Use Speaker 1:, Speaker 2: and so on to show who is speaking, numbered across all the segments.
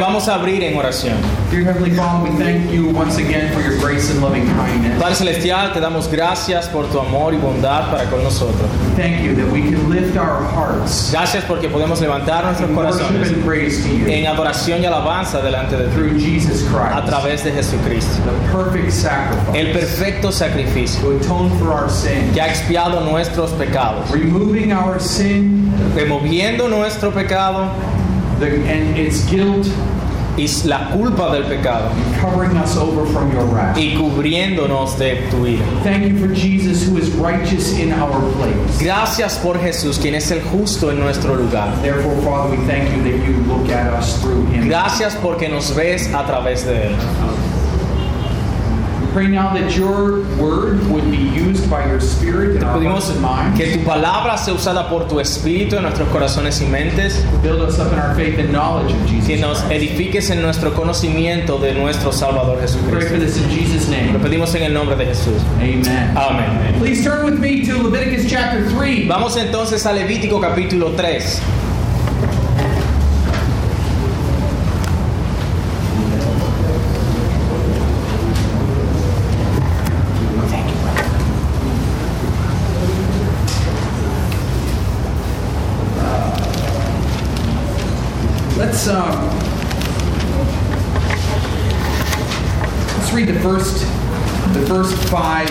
Speaker 1: Vamos a abrir en oración.
Speaker 2: Dear Heavenly Father, we thank you once again for your grace and loving kindness.
Speaker 1: Padre Celestial, te damos gracias por tu amor y bondad para con nosotros.
Speaker 2: Thank you that we can lift our hearts
Speaker 1: Gracias porque podemos levantar nuestros
Speaker 2: in worship
Speaker 1: corazones
Speaker 2: and praise to you
Speaker 1: en adoración y alabanza delante de ti
Speaker 2: through Jesus
Speaker 1: a
Speaker 2: Christ,
Speaker 1: través de Jesucristo.
Speaker 2: the perfect
Speaker 1: El
Speaker 2: sacrifice
Speaker 1: perfecto sacrificio
Speaker 2: to atone for our sin,
Speaker 1: que ha expiado nuestros pecados,
Speaker 2: removing our sin
Speaker 1: removiendo nuestro pecado
Speaker 2: the- and its guilt,
Speaker 1: y la culpa del pecado
Speaker 2: covering us over from your wrath.
Speaker 1: y cubriéndonos de tu ira.
Speaker 2: Thank you for Jesus who is righteous in our place.
Speaker 1: Gracias por Jesús, quien es el justo en nuestro lugar.
Speaker 2: Therefore, Father, we thank you that you look at us through him.
Speaker 1: Gracias porque nos ves a través de Él.
Speaker 2: Pray now that your word would be used by your spirit in our hearts
Speaker 1: Pedimos
Speaker 2: and minds
Speaker 1: que tu palabra sea usada por tu espíritu en nuestros corazones y mentes,
Speaker 2: to build us up in our faith and knowledge of
Speaker 1: que
Speaker 2: Jesus.
Speaker 1: nos edifiques en nuestro conocimiento de nuestro Salvador
Speaker 2: Pray for
Speaker 1: Jesucristo.
Speaker 2: this in Jesus'
Speaker 1: Lo
Speaker 2: name.
Speaker 1: pedimos en el nombre de Jesús.
Speaker 2: Amen.
Speaker 1: Amén.
Speaker 2: Please turn with me to Leviticus chapter 3.
Speaker 1: Vamos entonces a Levítico capítulo 3.
Speaker 2: Let's um, let's read the first the first five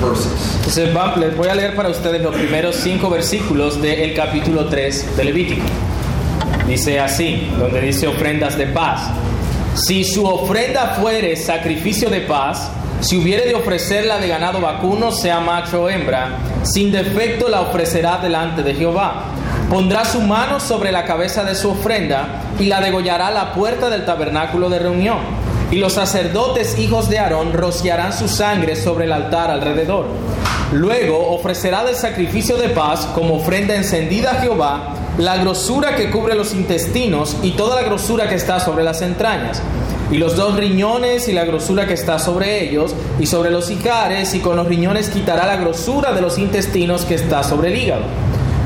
Speaker 2: verses.
Speaker 1: Entonces va- les voy a leer para ustedes los primeros cinco versículos del capítulo 3 de Levítico. Dice así, donde dice ofrendas de paz. Si su ofrenda fuere sacrificio de paz, si hubiere de ofrecerla de ganado vacuno, sea macho o hembra, sin defecto la ofrecerá delante de Jehová. Pondrá su mano sobre la cabeza de su ofrenda y la degollará a la puerta del tabernáculo de reunión. Y los sacerdotes hijos de Aarón rociarán su sangre sobre el altar alrededor. Luego ofrecerá del sacrificio de paz como ofrenda encendida a Jehová la grosura que cubre los intestinos y toda la grosura que está sobre las entrañas, y los dos riñones y la grosura que está sobre ellos, y sobre los icares, y con los riñones quitará la grosura de los intestinos que está sobre el hígado.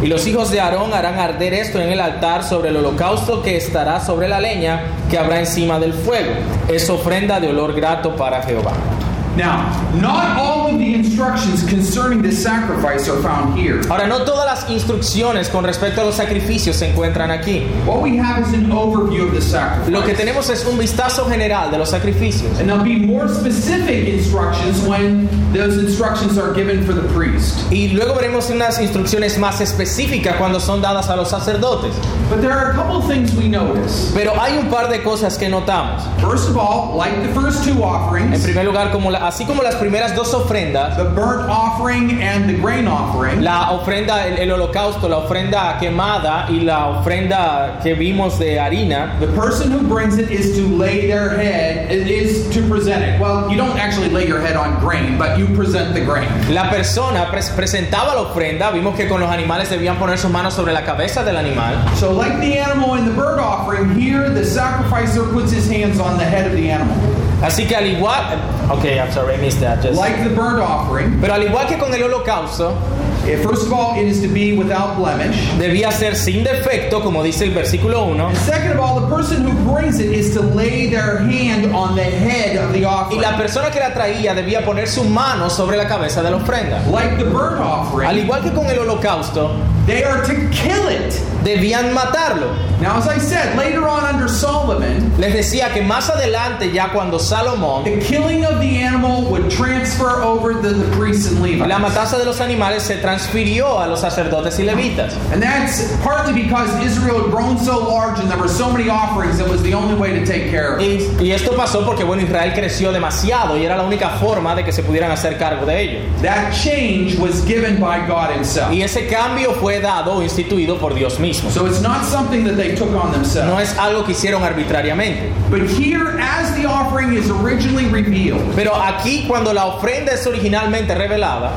Speaker 1: Y los hijos de Aarón harán arder esto en el altar sobre el holocausto que estará sobre la leña que habrá encima del fuego. Es ofrenda de olor grato para Jehová.
Speaker 2: Now, not all of the instructions concerning this sacrifice are found here.
Speaker 1: Ahora, no todas las instrucciones con respecto a los sacrificios se encuentran aquí.
Speaker 2: What we have is an overview of the sacrifice.
Speaker 1: Lo que tenemos es un vistazo general de los sacrificios.
Speaker 2: And there'll be more specific instructions when those instructions are given for the priest.
Speaker 1: Y luego veremos unas instrucciones más específicas cuando son dadas a los sacerdotes.
Speaker 2: But there are a couple of things we notice.
Speaker 1: Pero hay un par de cosas que notamos.
Speaker 2: First of all, like the first two
Speaker 1: En
Speaker 2: offerings,
Speaker 1: primer lugar, como la- así como las primeras dos ofrendas,
Speaker 2: the burnt offering and the grain offering,
Speaker 1: la ofrenda, el, el holocausto, la ofrenda quemada y la ofrenda que vimos de harina,
Speaker 2: the person who brings it is to lay their head, it is to present it. Well, you don't actually lay your head on grain, but you present the grain.
Speaker 1: la persona pres- presentaba la ofrenda, vimos que con los animales debían poner sus manos sobre la cabeza del animal.
Speaker 2: So, like the animal in the burnt offering, here the sacrificer puts his hands on the head of the animal.
Speaker 1: Así que al igual, ok, I'm sorry, I missed that. just-
Speaker 2: Like the burnt offering,
Speaker 1: Pero al igual que con el holocausto,
Speaker 2: eh, first of all, it is to be without blemish.
Speaker 1: debía ser sin defecto, como dice el versículo 1.
Speaker 2: And second of all, the person who brings it is to lay their hand on the head of the
Speaker 1: Y
Speaker 2: offering.
Speaker 1: la persona que la traía debía poner su mano sobre la cabeza de la ofrenda.
Speaker 2: Like the burnt
Speaker 1: Al
Speaker 2: offering,
Speaker 1: igual que con el holocausto,
Speaker 2: they are to kill it.
Speaker 1: debían matarlo.
Speaker 2: Now, as I said, later on under Solomon,
Speaker 1: Les decía que más adelante, ya cuando Salomón,
Speaker 2: the killing of the animal would transfer over to the priests and
Speaker 1: la
Speaker 2: Levites.
Speaker 1: matanza de los animales se transfirió a los sacerdotes y levitas.
Speaker 2: And that's partly because Israel had grown so large and there were so many offerings, it was the only way to take care of it.
Speaker 1: Y, y esto pasó porque, bueno, Israel creció demasiado y era la única forma de que se pudieran hacer cargo de ello.
Speaker 2: That change was given by God Himself.
Speaker 1: Y ese cambio fue dado o instituido por Dios mismo.
Speaker 2: So it's not something that they took on
Speaker 1: No
Speaker 2: themselves.
Speaker 1: es algo que hicieron arbitrariamente.
Speaker 2: But here, as the offering is originally revealed,
Speaker 1: Pero aquí, cuando la ofrenda es originalmente revelada,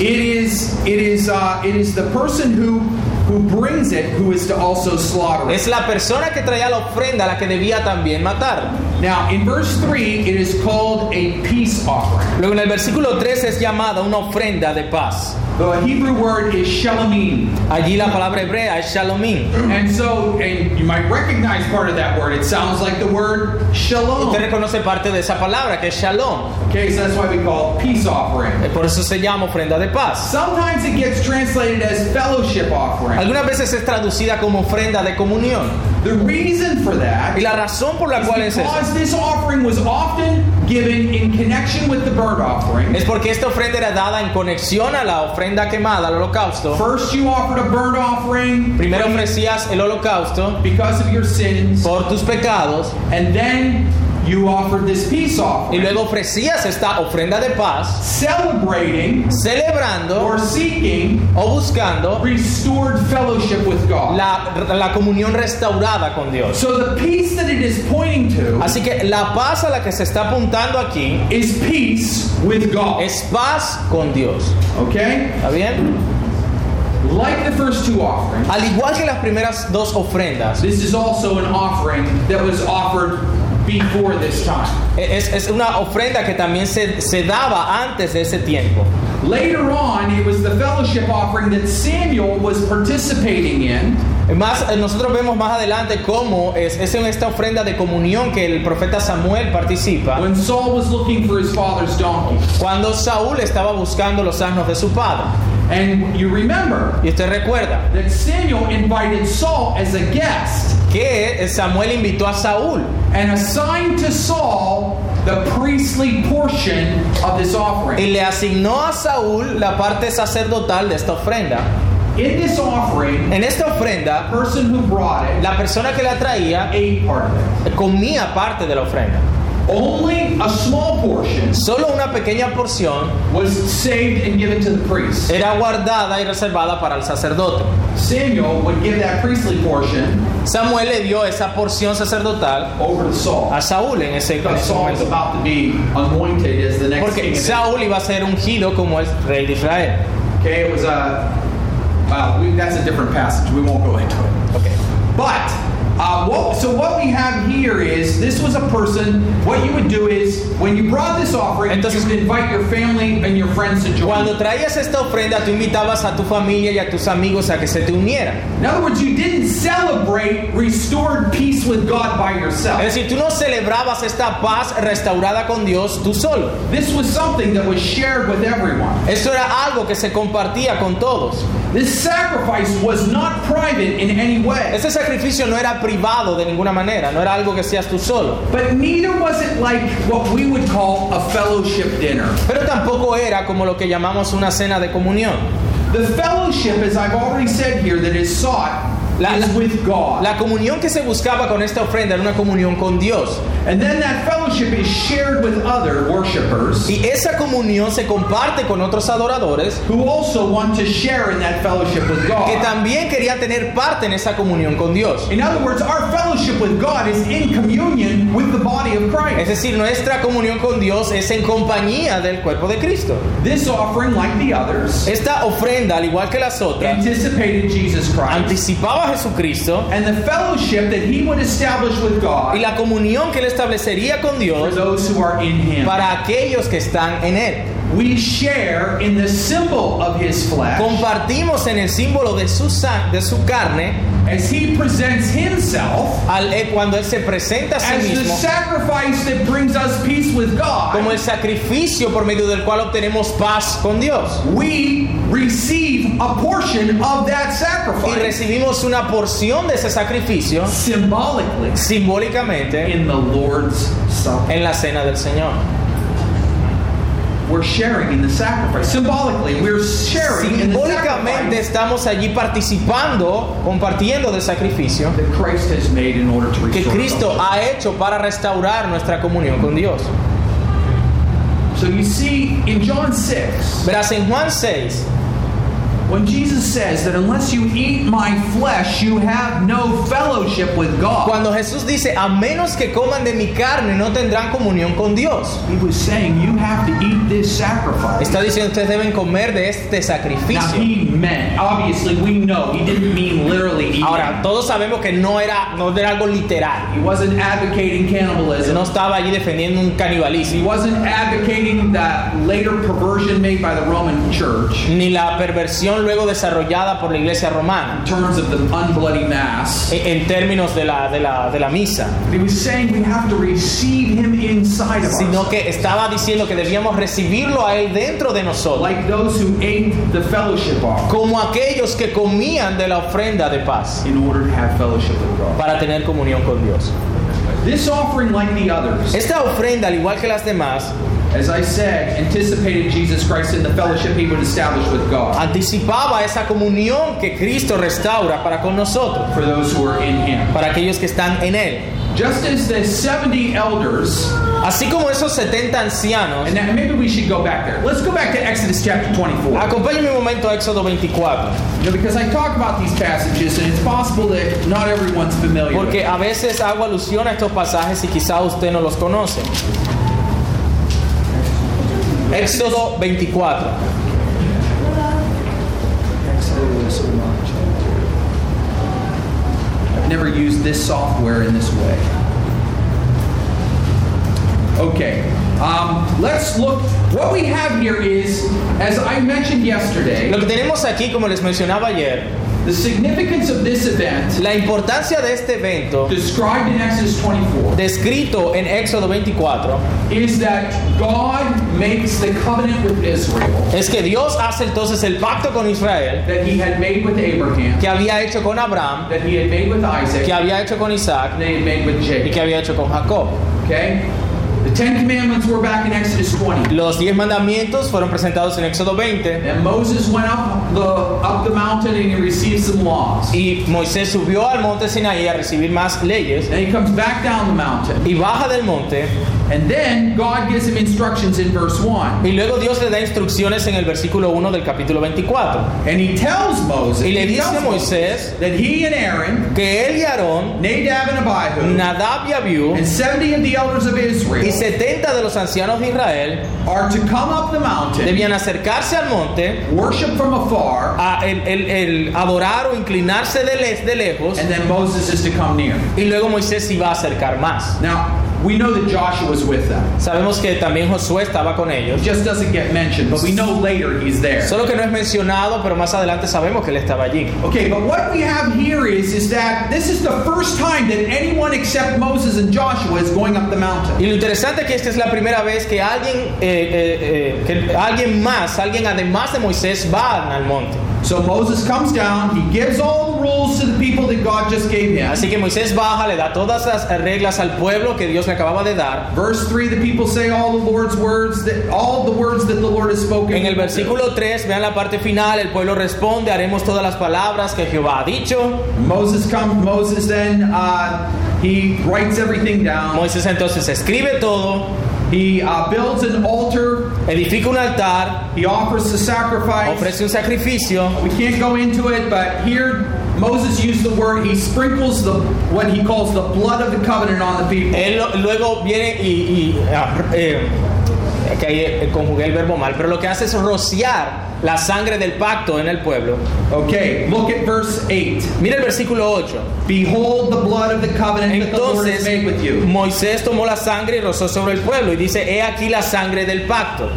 Speaker 2: It is it is uh, it is the person who who brings it who is to also slaughter it.
Speaker 1: Es la persona que traía la ofrenda la que debía también matarla.
Speaker 2: Now in verse three, it is called a peace offering.
Speaker 1: Luego en el versículo 3 es llamada una ofrenda de paz.
Speaker 2: The Hebrew word is shalomim.
Speaker 1: Allí la palabra hebrea es shalomim.
Speaker 2: And so, and you might recognize part of that word. It sounds like the word shalom.
Speaker 1: Usted reconoce parte de esa palabra que es shalom.
Speaker 2: Okay, so that's why we call it peace offering.
Speaker 1: Eh, Por eso se llama ofrenda de paz.
Speaker 2: Sometimes it gets translated as fellowship offering.
Speaker 1: Algunas veces es traducida como ofrenda de comunión.
Speaker 2: The reason for that
Speaker 1: Y la razón por la cual
Speaker 2: is
Speaker 1: es eso
Speaker 2: because this offering was often given in connection with the burnt offering.
Speaker 1: es porque esta ofrenda era dada en conexión a la ofrenda quemada, al holocausto.
Speaker 2: First, you offered a burnt offering
Speaker 1: Primero ofrecías el holocausto
Speaker 2: because of your sins,
Speaker 1: por tus pecados
Speaker 2: and then you offered this peace
Speaker 1: y
Speaker 2: offering,
Speaker 1: luego ofrecías esta ofrenda de paz
Speaker 2: celebrating
Speaker 1: celebrando
Speaker 2: or seeking
Speaker 1: o buscando
Speaker 2: restored fellowship with God.
Speaker 1: la, la comunión restaurada con Dios.
Speaker 2: So the peace that it is pointing to
Speaker 1: Así que la paz a la que se está apuntando aquí
Speaker 2: is peace with God.
Speaker 1: es paz con Dios.
Speaker 2: Okay?
Speaker 1: ¿Está bien?
Speaker 2: Like the first two offerings,
Speaker 1: Al igual que las primeras dos ofrendas,
Speaker 2: this is also an offering that was offered before this time.
Speaker 1: es, es una ofrenda que también se, se daba antes de ese tiempo.
Speaker 2: Later on, it was the fellowship offering that Samuel was participating in.
Speaker 1: Más, eh, nosotros vemos más adelante cómo es, es en esta ofrenda de comunión que el profeta Samuel participa
Speaker 2: When Saul was looking for his father's donkey.
Speaker 1: cuando Saúl estaba buscando los asnos de su padre.
Speaker 2: And you remember
Speaker 1: Y usted recuerda
Speaker 2: that Samuel invited Saul as a guest
Speaker 1: que Samuel invitó a Saúl
Speaker 2: and assigned to Saul the priestly portion of this
Speaker 1: y
Speaker 2: offering.
Speaker 1: le asignó a Saúl la parte sacerdotal de esta ofrenda.
Speaker 2: In this offering,
Speaker 1: En esta
Speaker 2: the
Speaker 1: ofrenda,
Speaker 2: person who brought it
Speaker 1: la persona que la traía
Speaker 2: ate part of it.
Speaker 1: comía parte de la ofrenda.
Speaker 2: Only a small portion
Speaker 1: Solo una pequeña porción
Speaker 2: was saved and given to the priest.
Speaker 1: era guardada y reservada para el sacerdote.
Speaker 2: Samuel would give that priestly portion
Speaker 1: Samuel le dio esa porción sacerdotal
Speaker 2: over to Saul.
Speaker 1: a Saúl en ese, en
Speaker 2: Because
Speaker 1: ese
Speaker 2: Saul was
Speaker 1: momento.
Speaker 2: about to be anointed as the next king.
Speaker 1: Porque
Speaker 2: of
Speaker 1: Saúl iba a ser ungido como el rey de Israel.
Speaker 2: Israel. Okay, it was a. Well, we, that's a different passage. We won't go into it. But uh, what, so what we have here is this was a person. What you would do is when you brought this offering,
Speaker 1: Entonces-
Speaker 2: you would invite your family and your friends to join.
Speaker 1: Cuando traías esta ofrenda, tú invitabas a tu familia y a tus amigos a que se te unieran.
Speaker 2: In other words, you didn't celebrate restored peace with God by yourself.
Speaker 1: Es decir, tú no celebrabas esta paz restaurada con Dios tú solo.
Speaker 2: This was something that was shared with everyone.
Speaker 1: Esto era algo que se compartía con todos.
Speaker 2: This sacrifice was not private in any way,
Speaker 1: Este sacrificio no era privado de ninguna manera, no era algo que seas tú solo.
Speaker 2: but neither was it like what we would call a fellowship dinner.
Speaker 1: Pero tampoco era como lo que llamamos una cena de comunión.
Speaker 2: The fellowship, as I've already said here, that is sought
Speaker 1: La-
Speaker 2: is
Speaker 1: la-
Speaker 2: with God.
Speaker 1: La comunión que se buscaba con esta ofrenda era una comunión con Dios.
Speaker 2: And then that fellowship is shared with other worshipers
Speaker 1: Y esa comunión se comparte con otros adoradores
Speaker 2: who also want to share in that fellowship with
Speaker 1: que
Speaker 2: God.
Speaker 1: también querían tener parte en esa comunión con Dios.
Speaker 2: In other words, our fellowship with God is in communion with the body of
Speaker 1: Es
Speaker 2: Christ.
Speaker 1: decir, nuestra comunión con Dios es en compañía del cuerpo de Cristo.
Speaker 2: This offering, like the others,
Speaker 1: Esta ofrenda, al igual que las otras,
Speaker 2: anticipated Jesus Christ.
Speaker 1: anticipaba a Jesucristo
Speaker 2: And the fellowship that he would establish with
Speaker 1: y
Speaker 2: God
Speaker 1: la comunión que él establecería con
Speaker 2: for
Speaker 1: Dios
Speaker 2: those who are in him.
Speaker 1: para aquellos que están en él.
Speaker 2: We share in the symbol of his flesh
Speaker 1: Compartimos en el símbolo de su, sang- de su carne
Speaker 2: as he presents himself
Speaker 1: al, eh, cuando él se presenta a sí
Speaker 2: as the
Speaker 1: mismo
Speaker 2: sacrifice that brings us peace with
Speaker 1: como
Speaker 2: God,
Speaker 1: el sacrificio por medio del cual obtenemos paz con Dios.
Speaker 2: we receive a portion of that
Speaker 1: Y
Speaker 2: sacrifice
Speaker 1: recibimos una porción de ese sacrificio
Speaker 2: symbolically
Speaker 1: simbólicamente
Speaker 2: in the Lord's Supper.
Speaker 1: en la cena del Señor.
Speaker 2: We're sharing in the sacrifice. Symbolically, we're sharing in the
Speaker 1: Simbólicamente
Speaker 2: sacrifice
Speaker 1: estamos allí participando, compartiendo del sacrificio
Speaker 2: that Christ has made in order to
Speaker 1: que
Speaker 2: restore.
Speaker 1: Cristo
Speaker 2: us.
Speaker 1: ha hecho para restaurar nuestra comunión con Dios.
Speaker 2: So you see, in John 6,
Speaker 1: Verás, en Juan 6,
Speaker 2: when Jesus says that unless you eat my flesh, you have no fellowship with God,
Speaker 1: Cuando Jesús dice, a menos que coman de mi carne, no tendrán comunión con Dios.
Speaker 2: he was saying you have to eat this sacrifice.
Speaker 1: Está diciendo, ustedes deben comer de este
Speaker 2: Now
Speaker 1: sacrificio.
Speaker 2: he meant, obviously we know he didn't mean literally eat.
Speaker 1: Ahora, todos sabemos que no era, no era algo literal.
Speaker 2: He wasn't advocating
Speaker 1: Él
Speaker 2: cannibalism.
Speaker 1: no estaba allí defendiendo un
Speaker 2: He
Speaker 1: canibalismo,
Speaker 2: wasn't advocating that later perversion made by the Roman Church
Speaker 1: ni la perversión luego desarrollada por la iglesia romana
Speaker 2: in terms of the unbloody mass.
Speaker 1: en en términos de la, de la, de la misa,
Speaker 2: He was saying we have to receive him inside of us.
Speaker 1: sino que estaba diciendo que debíamos recibirlo a Él dentro de nosotros,
Speaker 2: Like those who ate the fellowship offering
Speaker 1: como aquellos que comían de la ofrenda de paz
Speaker 2: in order to have fellowship with God.
Speaker 1: para tener comunión con Dios.
Speaker 2: This offering, like the others,
Speaker 1: Esta ofrenda, al igual que las demás,
Speaker 2: as I said, anticipated Jesus Christ in the fellowship he would establish with God
Speaker 1: anticipaba esa comunión que Cristo restaura para con nosotros,
Speaker 2: for those who are in him.
Speaker 1: para aquellos que están en Él.
Speaker 2: Just as the 70 elders
Speaker 1: Así como esos 70 ancianos,
Speaker 2: And now maybe we should go back there. Let's go back to Exodus chapter 24.
Speaker 1: acompáñenme un momento a Éxodo 24,
Speaker 2: You know, because I talk about these passages, and it's possible that not everyone's familiar. with
Speaker 1: porque a veces hago alusión a estos pasajes y quizá usted no los conoce. Éxodo 24.
Speaker 2: Exodus so much. I've never used this software in this way. Okay, um, let's look. What we have here is, as I mentioned yesterday,
Speaker 1: Lo que tenemos aquí, como les mencionaba ayer,
Speaker 2: the significance of this event
Speaker 1: la importancia de este evento,
Speaker 2: described in Exodus 24
Speaker 1: descrito en Éxodo 24,
Speaker 2: is that God makes the covenant with Israel.
Speaker 1: es que Dios hace entonces el pacto con Israel
Speaker 2: that he had made with Abraham,
Speaker 1: que había hecho con Abraham,
Speaker 2: that he had made with Isaac,
Speaker 1: que había hecho con Isaac
Speaker 2: and they had made with
Speaker 1: y
Speaker 2: Jacob.
Speaker 1: que había hecho con Jacob.
Speaker 2: Okay? The Ten Commandments were back in Exodus 20.
Speaker 1: Los diez mandamientos fueron presentados en Éxodo 20
Speaker 2: And Moses went up the up the mountain and he received some laws.
Speaker 1: y Moisés subió al monte Sinaí a recibir más leyes
Speaker 2: Then he comes back down the mountain.
Speaker 1: y baja del monte
Speaker 2: And then God gives him instructions in verse 1.
Speaker 1: y luego Dios le da instrucciones en el versículo 1 del capítulo 24
Speaker 2: And he tells Moses,
Speaker 1: y le
Speaker 2: he
Speaker 1: dice a
Speaker 2: tells
Speaker 1: Moisés
Speaker 2: that he and Aaron,
Speaker 1: que él y Aarón,
Speaker 2: Nadab and Abihu,
Speaker 1: Nadab y Abiú
Speaker 2: and 70 of the elders of Israel
Speaker 1: y 70 de los ancianos de Israel
Speaker 2: are to come up the mountain,
Speaker 1: debían acercarse al monte
Speaker 2: worship from afar,
Speaker 1: a el, el- el adorar o inclinarse de, le- de lejos
Speaker 2: and then Moses is to come near.
Speaker 1: y luego Moisés se iba a acercar más.
Speaker 2: Now, we know that Joshua was with them.
Speaker 1: Sabemos que también Josué estaba con ellos.
Speaker 2: It just doesn't get mentioned, but we know later he's there.
Speaker 1: Solo que no es mencionado, pero más adelante sabemos que él estaba allí.
Speaker 2: Okay, but what we have here is is that this is the first time that anyone except Moses and Joshua is going up the mountain.
Speaker 1: Y lo interesante que esta es la primera vez que alguien, eh, eh, eh, que alguien más, alguien además de Moisés, va al monte.
Speaker 2: So Moses comes down, he gives all the rules to the people that God just gave him.
Speaker 1: Así que Moisés baja, le da todas las reglas al pueblo que Dios le acababa de dar.
Speaker 2: Verse 3 the people say all the Lord's words that all the words that the Lord has spoken.
Speaker 1: En el versículo 3, vean la parte final, el pueblo responde, haremos todas las palabras que Jehová ha dicho.
Speaker 2: Moses comes Moses then uh, he writes everything down.
Speaker 1: Moisés entonces escribe todo,
Speaker 2: He uh, builds an altar,
Speaker 1: edifica un altar,
Speaker 2: he offers the sacrifice.
Speaker 1: ofrece un sacrificio.
Speaker 2: We can't go into it, but here Moses used the word. He sprinkles the what he calls the blood of the covenant on the people.
Speaker 1: Él lo- luego viene y, y, ah, eh, que ahí eh, conjugué el verbo mal, pero lo que hace es rociar la sangre del pacto en el pueblo.
Speaker 2: Okay, look at verse eight.
Speaker 1: Mira el versículo 8.
Speaker 2: Behold the blood of the covenant that the Lord has
Speaker 1: Entonces
Speaker 2: made with you.
Speaker 1: Moisés tomó la sangre y rozó sobre el pueblo y dice, he aquí la sangre del pacto.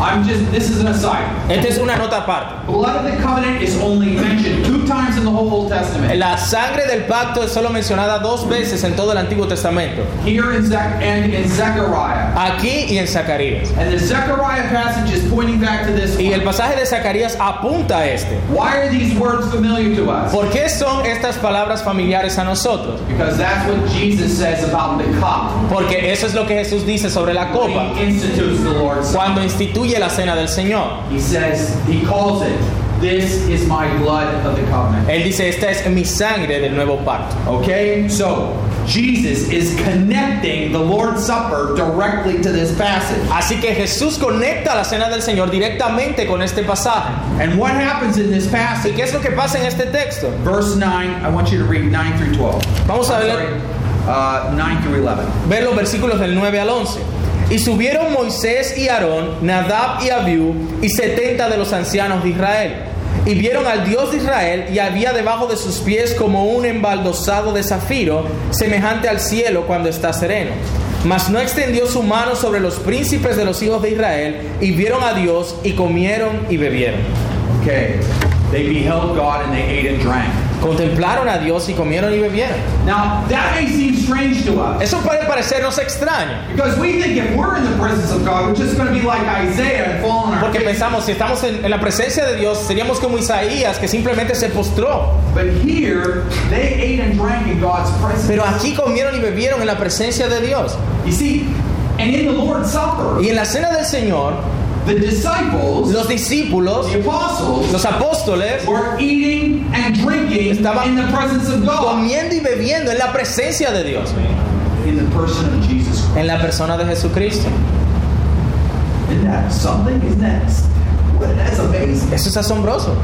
Speaker 2: I'm just. This is an aside.
Speaker 1: Esta es una nota aparte.
Speaker 2: Blood of the covenant is only mentioned two times in the whole Old Testament.
Speaker 1: La sangre del pacto es solo mencionada dos veces en todo el Antiguo Testamento.
Speaker 2: Here in Zech and in Zechariah.
Speaker 1: Aquí y en Zacarías.
Speaker 2: And the Zechariah passage is pointing back to this.
Speaker 1: Y el
Speaker 2: one.
Speaker 1: pasaje de Zacarías apunta a este.
Speaker 2: Why are these words familiar to us?
Speaker 1: ¿Por qué son estas palabras familiares a nosotros?
Speaker 2: Because that's what Jesus says about the cup.
Speaker 1: Porque eso es lo que Jesús dice sobre la copa.
Speaker 2: He institutes the Lord's Supper.
Speaker 1: cuando instituye la cena del Señor.
Speaker 2: He says, he calls it, this is my blood of the covenant.
Speaker 1: Él dice, esta es mi sangre del nuevo pacto.
Speaker 2: Okay, so Jesus is connecting the Lord's Supper directly to this passage.
Speaker 1: Así que Jesús conecta la cena del Señor directamente con este pasaje.
Speaker 2: And what happens in this
Speaker 1: ¿Y
Speaker 2: passage?
Speaker 1: qué es lo que pasa en este texto?
Speaker 2: Verse 9, I want you to read 9 through 12.
Speaker 1: Vamos a
Speaker 2: I'm
Speaker 1: ver-
Speaker 2: sorry, uh, 9 through 11.
Speaker 1: Ver los versículos del 9 al 11. Y subieron Moisés y Aarón, Nadab y Abiú, y setenta de los ancianos de Israel. Y vieron al Dios de Israel, y había debajo de sus pies como un embaldosado de zafiro, semejante al cielo cuando está sereno. Mas no extendió su mano sobre los príncipes de los hijos de Israel, y vieron a Dios, y comieron y bebieron.
Speaker 2: Okay. They beheld God and they ate and drank.
Speaker 1: Contemplaron a Dios y comieron y bebieron.
Speaker 2: Now, that may seem strange to us.
Speaker 1: Eso puede parecernos extraño,
Speaker 2: Because we think if we're in the presence of God, we're just going to be like Isaiah and fall on our
Speaker 1: porque pensamos, si estamos en, en la presencia de Dios, seríamos como Isaías, que simplemente se postró.
Speaker 2: But here, they ate and drank in God's presence.
Speaker 1: Pero aquí comieron y bebieron en la presencia de Dios.
Speaker 2: you see, and in the Lord's Supper,
Speaker 1: Y en la cena del Señor,
Speaker 2: the disciples,
Speaker 1: los discípulos,
Speaker 2: the apostles,
Speaker 1: los apóstoles,
Speaker 2: were eating and drinking
Speaker 1: Estaban
Speaker 2: in the presence of God,
Speaker 1: comiendo y bebiendo en la presencia de Dios,
Speaker 2: in the person of Jesus Christ.
Speaker 1: en la persona de Jesucristo.
Speaker 2: Isn't that something? Isn't that what- that's amazing?
Speaker 1: Eso es asombroso.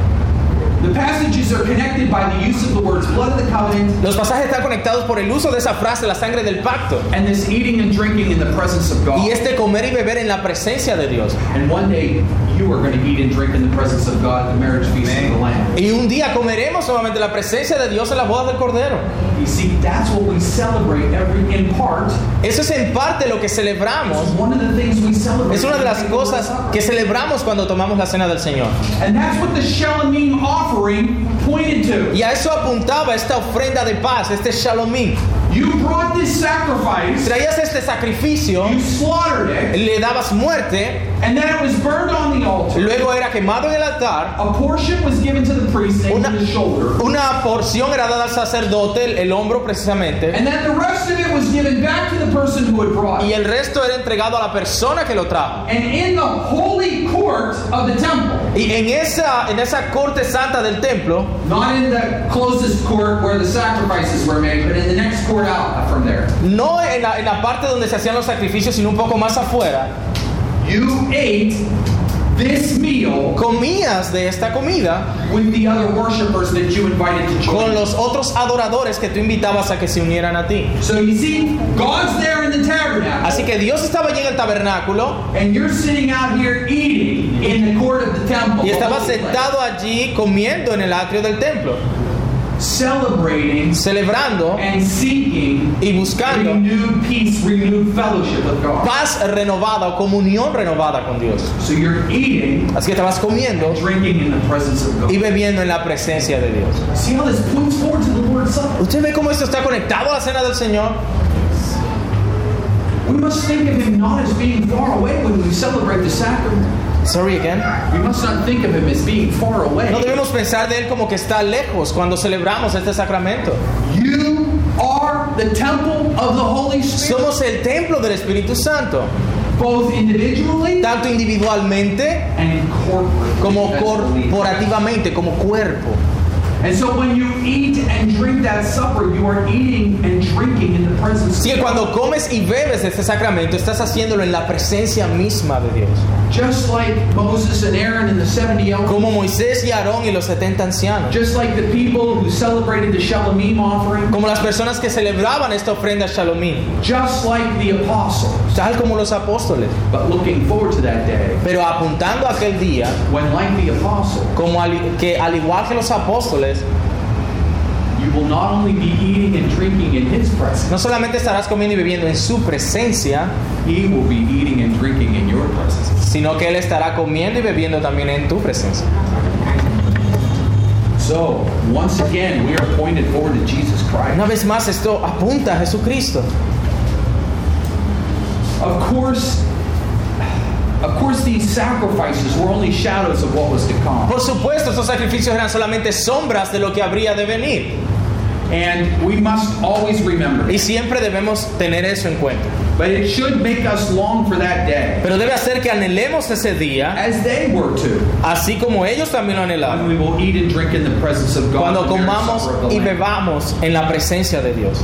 Speaker 2: The passages are connected by the use of the words blood of the covenant
Speaker 1: Los pasajes están conectados por el uso de esa frase, la sangre del pacto,
Speaker 2: and this eating and drinking in the presence of God.
Speaker 1: y este comer y beber en la presencia de Dios.
Speaker 2: And one day you are going to eat and drink in the presence of God at the marriage feast of the Lamb.
Speaker 1: Y un día comeremos nuevamente la presencia de Dios en las bodas del Cordero.
Speaker 2: You see, that's what we celebrate every in part.
Speaker 1: Eso es en parte lo que
Speaker 2: It's
Speaker 1: celebramos.
Speaker 2: one of the things we celebrate.
Speaker 1: Es una de las
Speaker 2: every
Speaker 1: cosas
Speaker 2: Lord's
Speaker 1: que
Speaker 2: Supper.
Speaker 1: celebramos cuando tomamos la cena del Señor.
Speaker 2: And that's what the Shalamim offering pointed to.
Speaker 1: Y a eso apuntaba esta ofrenda de paz, este shalomim.
Speaker 2: You brought this sacrifice,
Speaker 1: Traías este sacrificio,
Speaker 2: you slaughtered it,
Speaker 1: le dabas muerte,
Speaker 2: and then it was burned on the altar.
Speaker 1: luego era quemado en el altar,
Speaker 2: A portion was given to the priest and
Speaker 1: Una-
Speaker 2: to the shoulder.
Speaker 1: una porción era dada al sacerdote, el, el hombro precisamente,
Speaker 2: And then the rest of it was given back to the person who had brought
Speaker 1: y
Speaker 2: it.
Speaker 1: el resto era entregado a la persona que lo trajo.
Speaker 2: And in the holy court of the temple,
Speaker 1: Y en esa, en esa corte santa del templo,
Speaker 2: Not in the closest court where the sacrifices were made, but in the next court out from there.
Speaker 1: no en la, en la parte donde se hacían los sacrificios, sino un poco más afuera,
Speaker 2: You ate this meal
Speaker 1: comías de esta comida
Speaker 2: with the other worshipers that you invited to
Speaker 1: con
Speaker 2: join.
Speaker 1: los otros adoradores que tú invitabas a que se unieran a ti.
Speaker 2: So you see, God's there in the tabernacle,
Speaker 1: Así que Dios estaba allí en el tabernáculo
Speaker 2: and you're sitting out here eating in the court of the temple.
Speaker 1: Y estaba
Speaker 2: the holy place,
Speaker 1: sentado allí comiendo en el atrio del templo,
Speaker 2: celebrating
Speaker 1: celebrando
Speaker 2: and seeking
Speaker 1: y buscando
Speaker 2: renewed peace, renewed fellowship with God.
Speaker 1: paz renovada o comunión renovada con Dios.
Speaker 2: So you're eating,
Speaker 1: Así que estabas comiendo
Speaker 2: drinking in the presence of
Speaker 1: y
Speaker 2: God.
Speaker 1: bebiendo en la presencia de Dios.
Speaker 2: See how this points forward to the Lord's Supper.
Speaker 1: ¿Usted ve cómo esto está conectado a la cena del Señor?
Speaker 2: We must think of him not as being far away when we celebrate the sacrament.
Speaker 1: Sorry again.
Speaker 2: We must not think of him as being far away.
Speaker 1: No debemos pensar de Él como que está lejos cuando celebramos este sacramento.
Speaker 2: You are the temple of the Holy Spirit,
Speaker 1: Somos el templo del Espíritu Santo,
Speaker 2: both individually
Speaker 1: tanto individualmente
Speaker 2: and corporately.
Speaker 1: como
Speaker 2: That's believed.
Speaker 1: corporativamente, como cuerpo.
Speaker 2: And so when you eat and drink that supper, you are eating and drinking in the presence
Speaker 1: Así
Speaker 2: of
Speaker 1: que
Speaker 2: God.
Speaker 1: cuando comes y bebes de este sacramento, estás haciéndolo en la presencia misma de Dios.
Speaker 2: Just like Moses and Aaron and the 70 elders,
Speaker 1: Como Moisés y Aarón y los 70 ancianos.
Speaker 2: just like the people who celebrated the Shalomim offering,
Speaker 1: Como las personas que celebraban esta ofrenda Shalomín.
Speaker 2: just like the apostles,
Speaker 1: Tal como los apóstoles.
Speaker 2: but looking forward to that day
Speaker 1: Pero apuntando a aquel día,
Speaker 2: when, like the apostles,
Speaker 1: como al- que al igual que los apóstoles,
Speaker 2: You will not only be eating and drinking in his presence,
Speaker 1: no solamente estarás comiendo y bebiendo en su presencia,
Speaker 2: he will be eating and drinking in your presence.
Speaker 1: sino que él estará comiendo y bebiendo también en tu presencia.
Speaker 2: So, once again, we are pointed forward to Jesus Christ.
Speaker 1: Una vez más, esto apunta a Jesucristo.
Speaker 2: Of course, of course, these sacrifices were only shadows of what was to come.
Speaker 1: Por supuesto, estos sacrificios eran solamente sombras de lo que habría de venir.
Speaker 2: And we must always remember.
Speaker 1: Y siempre debemos tener eso en cuenta.
Speaker 2: But it should make us long for that day,
Speaker 1: Pero debe hacer que anhelemos ese día,
Speaker 2: as they were to,
Speaker 1: así como ellos también lo
Speaker 2: when
Speaker 1: anhelaban,
Speaker 2: we will eat and drink in the presence of God.
Speaker 1: cuando
Speaker 2: the marriage
Speaker 1: comamos
Speaker 2: supper of the
Speaker 1: y
Speaker 2: Lamb.
Speaker 1: bebamos en la presencia de Dios.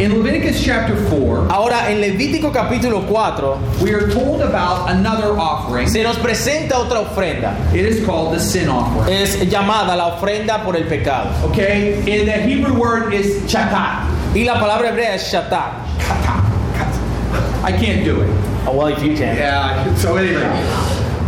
Speaker 2: In Leviticus chapter 4,
Speaker 1: Ahora, en Levítico capítulo 4
Speaker 2: we are told about another offering.
Speaker 1: se nos presenta otra ofrenda.
Speaker 2: It is called the sin offering.
Speaker 1: Es llamada la ofrenda por el pecado.
Speaker 2: Okay? And the Hebrew word is chatat.
Speaker 1: Y la palabra hebrea es shatat.
Speaker 2: I can't do it.
Speaker 1: Oh, well, if you can.
Speaker 2: Yeah, so anyway.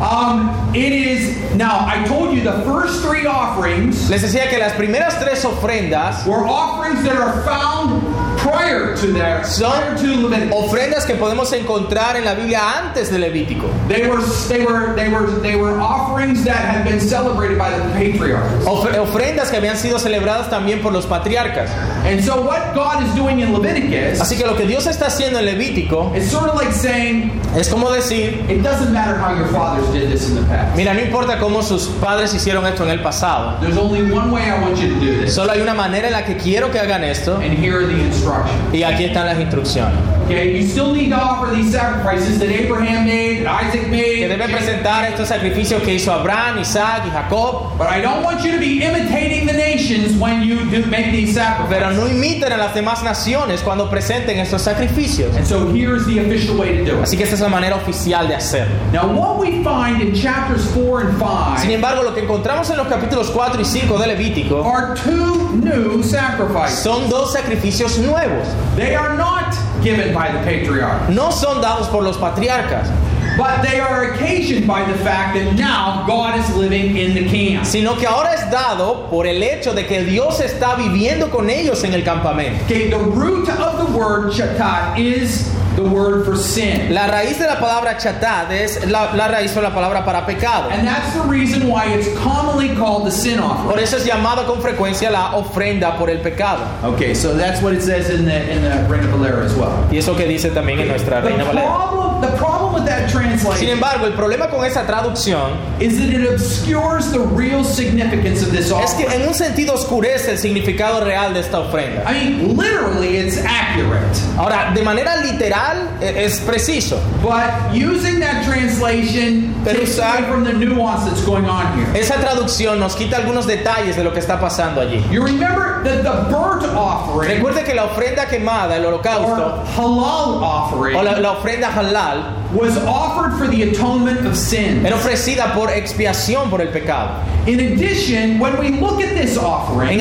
Speaker 2: Um, it is, now, I told you the first three offerings
Speaker 1: Les decía que las primeras tres ofrendas
Speaker 2: were offerings that are found prior to that,
Speaker 1: So-
Speaker 2: prior to Leviticus.
Speaker 1: ofrendas que podemos encontrar en la Biblia antes de Levítico.
Speaker 2: They were, they were, they were, they were offerings that had been celebrated by the patriarchs.
Speaker 1: Ofre- ofrendas que habían sido celebradas también por los patriarcas.
Speaker 2: And so what God is doing in Leviticus
Speaker 1: Así que lo que Dios está haciendo en Levítico
Speaker 2: is sort of like saying,
Speaker 1: es como decir,
Speaker 2: it doesn't matter how your fathers did this in the past.
Speaker 1: mira, no importa cómo sus padres hicieron esto en el pasado,
Speaker 2: There's only one way I want you to do this,
Speaker 1: solo hay una manera en la que quiero que hagan esto
Speaker 2: and here are the instructions.
Speaker 1: y aquí están las instrucciones.
Speaker 2: Okay, you still need to offer these sacrifices that Abraham made, that Isaac
Speaker 1: Que
Speaker 2: made.
Speaker 1: debe presentar estos sacrificios que hizo Abraham, Isaac y Jacob,
Speaker 2: But I don't want you to be imitating the nations when you do make these
Speaker 1: pero
Speaker 2: sacrifices.
Speaker 1: no imiten a las demás naciones cuando presenten estos sacrificios.
Speaker 2: And so here's the official way to do it.
Speaker 1: Así que esta es la manera oficial de hacerlo.
Speaker 2: Now, what we find in chapters 4 and
Speaker 1: Sin
Speaker 2: 5
Speaker 1: embargo, lo que encontramos en los capítulos 4 y 5 de Levítico
Speaker 2: are two new sacrifices.
Speaker 1: son dos sacrificios nuevos.
Speaker 2: They are not given by the patriarch,
Speaker 1: No son dados por los patriarcas,
Speaker 2: but they are occasioned by the fact that now God is living in the camp.
Speaker 1: sino que ahora es dado por el hecho de que Dios está viviendo con ellos en el campamento.
Speaker 2: Okay, the root of the word chatat is the word for sin.
Speaker 1: La raíz de la palabra chatad es la, la raíz o la palabra para pecado.
Speaker 2: And that's the reason why it's commonly called the sin offering.
Speaker 1: Por eso es llamada con frecuencia la ofrenda por el pecado.
Speaker 2: Okay, so that's what it says in the in the Reina Valera as well.
Speaker 1: Y eso que dice también en nuestra
Speaker 2: The
Speaker 1: Reina Valera.
Speaker 2: problem, the problem with that
Speaker 1: Sin
Speaker 2: translation
Speaker 1: embargo, el problema con esa traducción
Speaker 2: is that it obscures the real significance of this
Speaker 1: es que
Speaker 2: offering.
Speaker 1: en un sentido oscurece el significado real de esta ofrenda.
Speaker 2: I mean, literally, it's accurate,
Speaker 1: Ahora, de manera literal e- es preciso.
Speaker 2: but using that translation
Speaker 1: Pero
Speaker 2: takes
Speaker 1: usar-
Speaker 2: away from the nuance that's going on here.
Speaker 1: Esa traducción nos quita algunos detalles de lo que está pasando allí.
Speaker 2: You remember that the burnt offering
Speaker 1: Recuerde que la ofrenda quemada, el
Speaker 2: or
Speaker 1: holocausto,
Speaker 2: halal offering
Speaker 1: o la, la ofrenda halal,
Speaker 2: was offered for the atonement of sin.
Speaker 1: era ofrecida por expiación por el pecado.
Speaker 2: In addition, when we look at this offering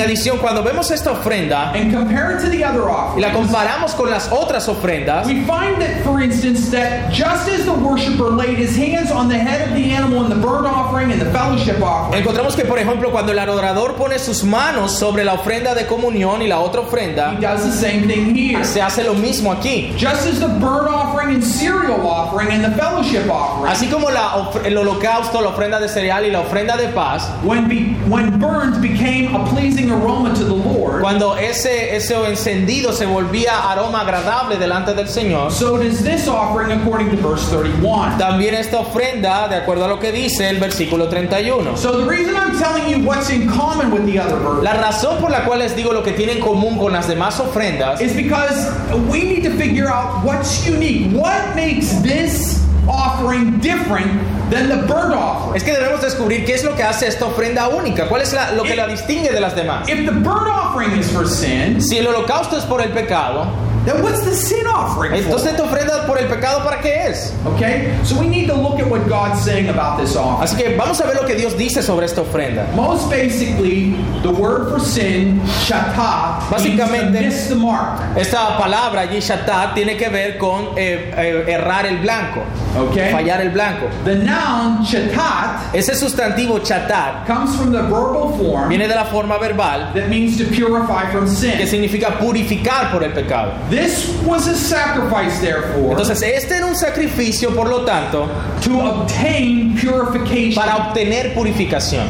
Speaker 1: En adición, cuando vemos esta ofrenda
Speaker 2: and compare it to the other
Speaker 1: y la
Speaker 2: offerings,
Speaker 1: comparamos con las otras ofrendas,
Speaker 2: we find that, for instance, that just as the worshiper laid his hands on the head of the animal in the burnt offering and the fellowship offering,
Speaker 1: encontramos que, por ejemplo, cuando el adorador pone sus manos sobre la ofrenda de comunión y la otra
Speaker 2: he
Speaker 1: ofrenda,
Speaker 2: does the same thing here.
Speaker 1: se hace lo mismo aquí.
Speaker 2: Just as the burnt offering and cereal offering and the fellowship offering,
Speaker 1: Así como la of- el holocausto, la ofrenda de cereal y la ofrenda de paz,
Speaker 2: when be, when burned, became a pleasing aroma to the Lord,
Speaker 1: Cuando ese, ese encendido se volvía aroma agradable delante del Señor,
Speaker 2: so does this offering, according to verse 31.
Speaker 1: también esta ofrenda, de acuerdo a lo que dice el versículo 31.
Speaker 2: So the reason I'm telling you what's in common with the other burnt
Speaker 1: La razón por la cual les digo lo que tiene en común con las demás ofrendas
Speaker 2: is because we need to figure out what's unique. What makes this offering different than the burnt offering?
Speaker 1: es que debemos descubrir qué es lo que hace esta ofrenda única, cuál es la- lo que la distingue de las demás.
Speaker 2: If the burnt offering is for sin,
Speaker 1: Si el holocausto es por el pecado,
Speaker 2: then what's the sin offering
Speaker 1: entonces esta ofrenda por el pecado ¿para qué es?
Speaker 2: for? Okay? So we need to look at what God's saying about this offering.
Speaker 1: Así que vamos a ver lo que Dios dice sobre esta ofrenda.
Speaker 2: Most basically, the word for sin, shatah, means to
Speaker 1: Básicamente-
Speaker 2: miss the mark.
Speaker 1: Esta palabra allí, shatat, tiene que ver con eh, eh, errar el blanco,
Speaker 2: Okay?
Speaker 1: fallar el blanco.
Speaker 2: The noun shatat
Speaker 1: Ese sustantivo chatar
Speaker 2: comes from the verbal form
Speaker 1: viene de la forma verbal
Speaker 2: that means to purify from
Speaker 1: que
Speaker 2: sin.
Speaker 1: significa purificar por el pecado.
Speaker 2: This was a sacrifice, therefore,
Speaker 1: Entonces, este era un sacrificio, por lo tanto,
Speaker 2: to obtain purification.
Speaker 1: para obtener purificación.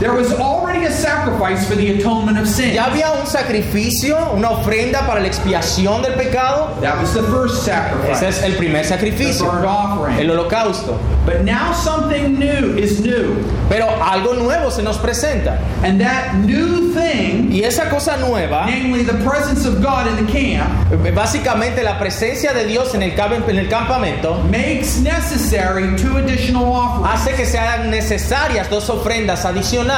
Speaker 2: There was already a sacrifice for the atonement of sin.
Speaker 1: Ya había un sacrificio, una ofrenda para la expiación del pecado.
Speaker 2: That was the first
Speaker 1: Ese
Speaker 2: sacrifice,
Speaker 1: es el primer
Speaker 2: the
Speaker 1: sacrificio,
Speaker 2: burnt
Speaker 1: el
Speaker 2: offering.
Speaker 1: holocausto.
Speaker 2: But now something new is new,
Speaker 1: Pero algo nuevo se nos presenta.
Speaker 2: and that new thing,
Speaker 1: Y esa cosa nueva,
Speaker 2: namely the presence of God in the camp,
Speaker 1: básicamente la presencia de Dios en el, cam- en el campamento,
Speaker 2: makes necessary two additional offerings.
Speaker 1: hace que sean necesarias dos ofrendas nacionales.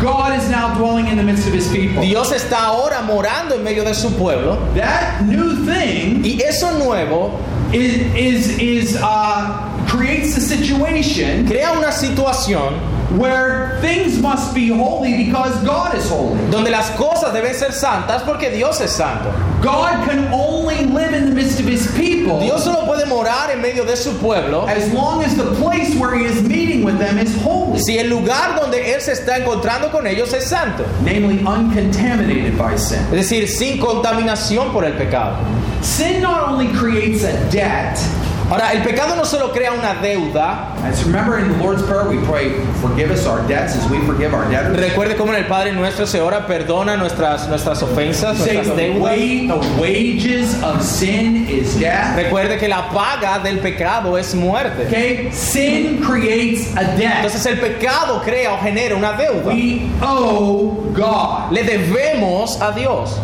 Speaker 2: God is now dwelling in the midst of his people.
Speaker 1: Dios está ahora morando en medio de su pueblo
Speaker 2: That new thing
Speaker 1: y eso nuevo
Speaker 2: is is is uh, creates a situation
Speaker 1: crea una situación
Speaker 2: where things must be holy because God is holy.
Speaker 1: donde las cosas deben ser santas porque Dios es santo.
Speaker 2: God can only live in the midst of his people
Speaker 1: Dios solo puede morar en medio de su pueblo
Speaker 2: as long as the place where he is meeting with them is holy,
Speaker 1: si el lugar donde Él se está encontrando con ellos es santo.
Speaker 2: namely uncontaminated by sin.
Speaker 1: Es decir, sin contaminación por el pecado.
Speaker 2: Sin not only creates a debt,
Speaker 1: Ahora, el pecado no solo crea una deuda.
Speaker 2: as remember in the Lord's Prayer we pray, forgive us our debts as we forgive our debtors.
Speaker 1: Recuerde cómo en el Padre Nuestro se ora, perdona nuestras, nuestras ofensas,
Speaker 2: Say
Speaker 1: nuestras
Speaker 2: the,
Speaker 1: deudas.
Speaker 2: wa- the wages of sin is death.
Speaker 1: Recuerde que la paga del pecado es muerte.
Speaker 2: Okay? Sin creates a debt.
Speaker 1: Entonces el pecado crea o genera una deuda.
Speaker 2: We owe God.
Speaker 1: Le debemos a Dios.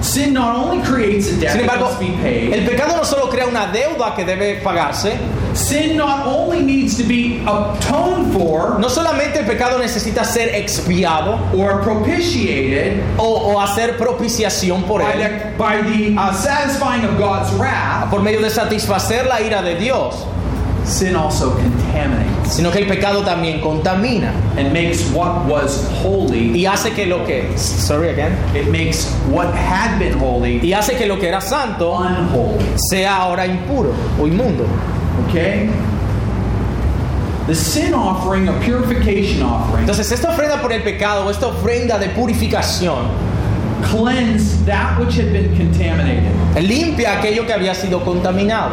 Speaker 2: Sin not only creates a debt
Speaker 1: Sin
Speaker 2: that
Speaker 1: embargo,
Speaker 2: must be paid,
Speaker 1: el pecado no solo crea una deuda que debe pagarse,
Speaker 2: sin not only needs to be atoned for
Speaker 1: no solamente el pecado necesita ser expiado
Speaker 2: or propitiated
Speaker 1: o, o hacer propiciación por
Speaker 2: by
Speaker 1: él,
Speaker 2: the, by the uh, satisfying of God's wrath,
Speaker 1: por medio de satisfacer la ira de Dios,
Speaker 2: sin also contaminates
Speaker 1: sino que el pecado también contamina
Speaker 2: and makes what was holy,
Speaker 1: y hace que lo que sorry again,
Speaker 2: it makes what had been holy
Speaker 1: y hace que lo que era santo
Speaker 2: unholy.
Speaker 1: sea ahora impuro o inmundo.
Speaker 2: Okay? The sin offering, a purification offering,
Speaker 1: Entonces esta ofrenda por el pecado, esta ofrenda de purificación,
Speaker 2: cleanse that which had been contaminated.
Speaker 1: limpia aquello que había sido contaminado.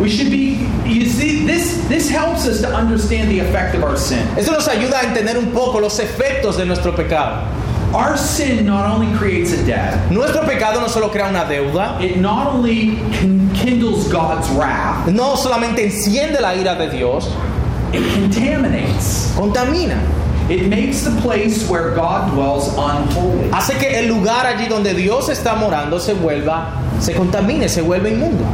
Speaker 2: We should be you see this this helps us to understand the effect of our sin.
Speaker 1: Esto nos ayuda a entender un poco los efectos de nuestro pecado.
Speaker 2: Our sin not only creates a debt,
Speaker 1: Nuestro pecado no solo crea una deuda,
Speaker 2: it not only con- kindles God's wrath,
Speaker 1: no solamente enciende la ira de Dios,
Speaker 2: it contaminates.
Speaker 1: contamina.
Speaker 2: It makes the place where God dwells unholy.
Speaker 1: Hace que el lugar allí donde Dios está morando se vuelva, se contamine, se vuelva inmundo.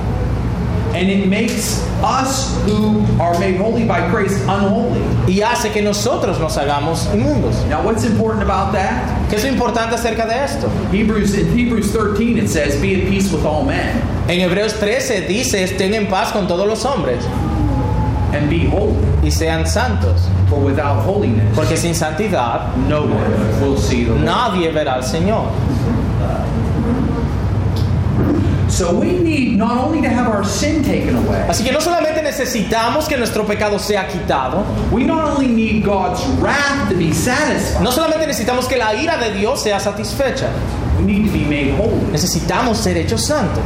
Speaker 2: And it makes us who are made holy by grace unholy.
Speaker 1: Y hace que nosotros nos hagamos inmundos.
Speaker 2: Now what's important about that?
Speaker 1: ¿Qué es lo importante acerca de esto?
Speaker 2: Hebrews in Hebrews 13 it says, "Be at peace with all men
Speaker 1: En Hebreos 13 dice, estén en paz con todos los hombres
Speaker 2: and be holy,
Speaker 1: y sean santos,
Speaker 2: for without holiness
Speaker 1: porque sin santidad
Speaker 2: no one will see the Lord."
Speaker 1: nadie verá al Señor.
Speaker 2: So we need not only to have our sin taken away,
Speaker 1: Así que no solamente necesitamos que nuestro pecado sea quitado,
Speaker 2: we not only need God's wrath to be satisfied,
Speaker 1: no solamente necesitamos que la ira de Dios sea satisfecha,
Speaker 2: we need to be made holy.
Speaker 1: necesitamos ser hechos santos.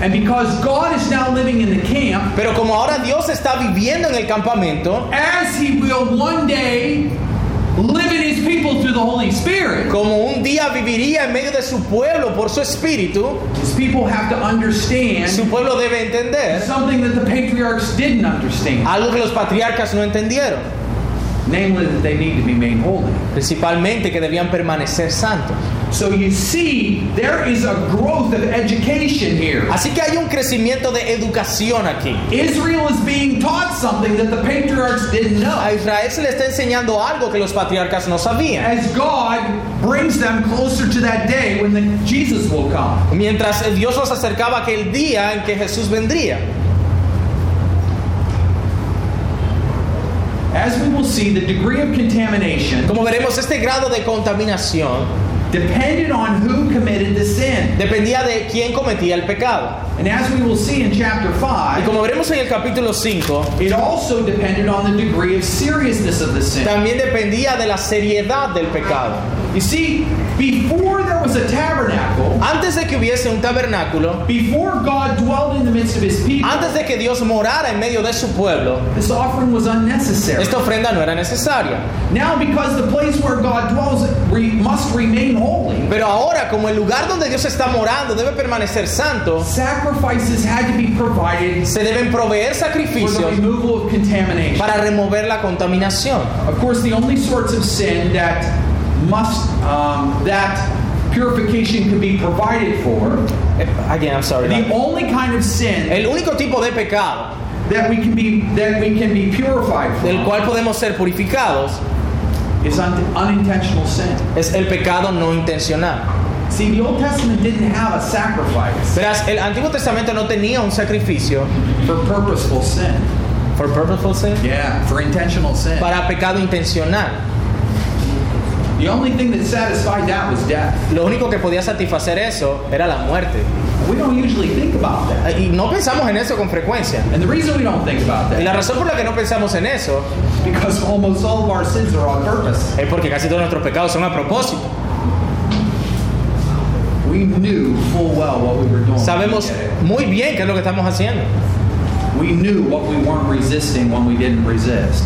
Speaker 2: And because God is now living in the camp,
Speaker 1: Pero como ahora Dios está viviendo en el campamento,
Speaker 2: as He will one day live in His people through the Holy Spirit,
Speaker 1: como un día viviría en medio de su pueblo por su espíritu,
Speaker 2: His people have to understand
Speaker 1: su pueblo debe entender
Speaker 2: something that the patriarchs didn't understand,
Speaker 1: algo que los patriarcas no entendieron,
Speaker 2: namely that they need to be made holy.
Speaker 1: principalmente que debían permanecer santos.
Speaker 2: So you see, there is a growth of education here.
Speaker 1: Así que hay un crecimiento de educación aquí.
Speaker 2: Israel is being taught something that the patriarchs didn't
Speaker 1: A
Speaker 2: know.
Speaker 1: Israel se le está enseñando algo que los patriarcas no sabían.
Speaker 2: As God brings them closer to that day when the Jesus will come.
Speaker 1: Mientras Dios los acercaba a aquel día en que Jesús vendría.
Speaker 2: As we will see, the degree of contamination
Speaker 1: Como veremos, este grado de contaminación
Speaker 2: depended on who committed the sin.
Speaker 1: dependía de quién cometía el pecado.
Speaker 2: And as we will see in chapter
Speaker 1: Y
Speaker 2: 5,
Speaker 1: Ah, como veremos en el capítulo 5,
Speaker 2: it also depended on the degree of seriousness of the sin.
Speaker 1: también dependía de la seriedad del pecado.
Speaker 2: You see, before there was a tabernacle,
Speaker 1: Antes de que hubiese un tabernáculo,
Speaker 2: before God dwelled in the midst of his people,
Speaker 1: antes de que Dios morara en medio de su pueblo,
Speaker 2: this offering was unnecessary.
Speaker 1: esta ofrenda no era necesaria.
Speaker 2: Now, because the place where God dwells re- must remain holy,
Speaker 1: Pero ahora, como el lugar donde Dios está morando debe permanecer santo,
Speaker 2: sacrifices had to be provided
Speaker 1: se deben proveer
Speaker 2: for the
Speaker 1: sacrificios
Speaker 2: removal of contamination.
Speaker 1: para remover la contaminación.
Speaker 2: Of course, the only sorts of sin that must um, that purification could be provided for,
Speaker 1: Eh, Again, I'm sorry.
Speaker 2: the only kind of sin
Speaker 1: El único tipo de pecado
Speaker 2: that we can be that we can be purified
Speaker 1: del
Speaker 2: from
Speaker 1: cual podemos ser purificados
Speaker 2: is un- unintentional sin.
Speaker 1: Es el pecado no intencional.
Speaker 2: See, the Old Testament didn't have a sacrifice
Speaker 1: Verás, el Antiguo Testamento no tenía un sacrificio
Speaker 2: for purposeful sin.
Speaker 1: for purposeful sin,
Speaker 2: Yeah, for intentional sin.
Speaker 1: para pecado intencional.
Speaker 2: the only thing that satisfied that was death.
Speaker 1: Lo único que podía satisfacer eso era la muerte.
Speaker 2: We don't usually think about that.
Speaker 1: Eh, Y no pensamos en eso con frecuencia.
Speaker 2: And the reason we don't think about
Speaker 1: Y la
Speaker 2: that
Speaker 1: razón por la que no pensamos en eso
Speaker 2: is because almost all of our sins are on purpose.
Speaker 1: es porque casi todos nuestros pecados son a propósito.
Speaker 2: We knew full well what we were doing.
Speaker 1: Sabemos muy bien qué es lo que estamos haciendo.
Speaker 2: We knew what we weren't resisting when we didn't resist.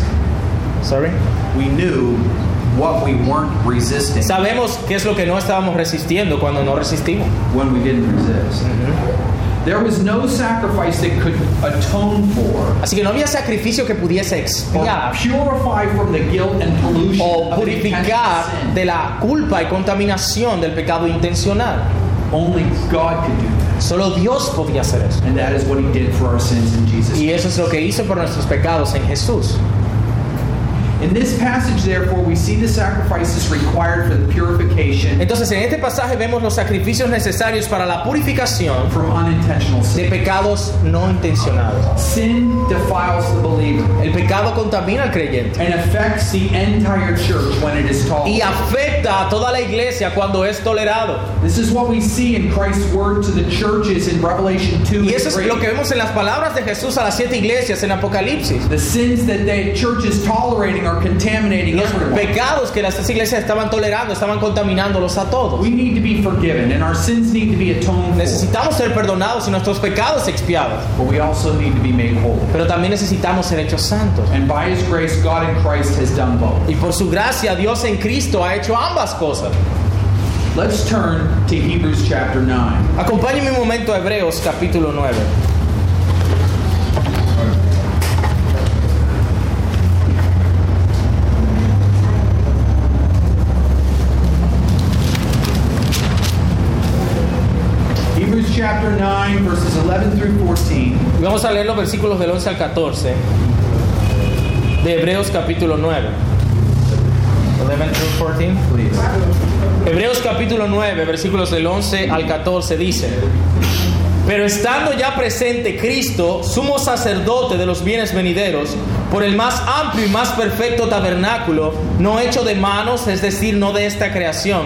Speaker 1: Sorry.
Speaker 2: We knew what we weren't resisting
Speaker 1: Sabemos qué es lo que no estábamos resistiendo cuando no resistimos.
Speaker 2: when we didn't resist.
Speaker 1: Mm-hmm.
Speaker 2: There was no sacrifice that could atone for
Speaker 1: Así que no había sacrificio que pudiese
Speaker 2: or
Speaker 1: expiar
Speaker 2: purify from the guilt and pollution
Speaker 1: o
Speaker 2: of an intentional
Speaker 1: purificar
Speaker 2: sin.
Speaker 1: de la culpa y contaminación del pecado intencional.
Speaker 2: Only God could do that.
Speaker 1: Solo Dios podía hacer eso.
Speaker 2: And that is what he did for our sins in Jesus.
Speaker 1: Y eso es lo que hizo por nuestros pecados en Jesús.
Speaker 2: In this passage, therefore, we see the sacrifices required for the purification
Speaker 1: Entonces en este pasaje vemos los sacrificios necesarios para la purificación
Speaker 2: from unintentional
Speaker 1: de
Speaker 2: sin.
Speaker 1: pecados no intencionados.
Speaker 2: Sin defiles the believer
Speaker 1: El pecado contamina al creyente
Speaker 2: and affects the entire church when it is taught.
Speaker 1: y afecta a toda la iglesia cuando es tolerado.
Speaker 2: This is what we see in Christ's word to the churches in Revelation 2
Speaker 1: Y
Speaker 2: and
Speaker 1: eso es
Speaker 2: 3.
Speaker 1: lo que vemos en las palabras de Jesús a las siete iglesias en Apocalipsis.
Speaker 2: The sins that the church is tolerating are contaminating
Speaker 1: Los
Speaker 2: everyone.
Speaker 1: pecados que las iglesias estaban tolerando estaban contaminándolos a todos.
Speaker 2: We need to be forgiven, and our sins need to be atoned for.
Speaker 1: Necesitamos ser perdonados y nuestros pecados expiados,
Speaker 2: But we also need to be made whole.
Speaker 1: pero también necesitamos ser hechos santos.
Speaker 2: And by His grace, God in Christ has done both.
Speaker 1: Y por su gracia, Dios en Cristo ha hecho ambas cosas.
Speaker 2: Let's turn to Hebrews chapter 9.
Speaker 1: Acompáñenme un momento a Hebreos capítulo 9.
Speaker 2: Hebrews chapter 9, verses 11 through 14.
Speaker 1: Y Vamos a leer los versículos del 11 al 14 de Hebreos capítulo 9. 11 through 14.
Speaker 2: Please.
Speaker 1: Hebreos capítulo 9, versículos del 11 al 14 dice, pero estando ya presente Cristo, sumo sacerdote de los bienes venideros, por el más amplio y más perfecto tabernáculo, no hecho de manos, es decir, no de esta creación,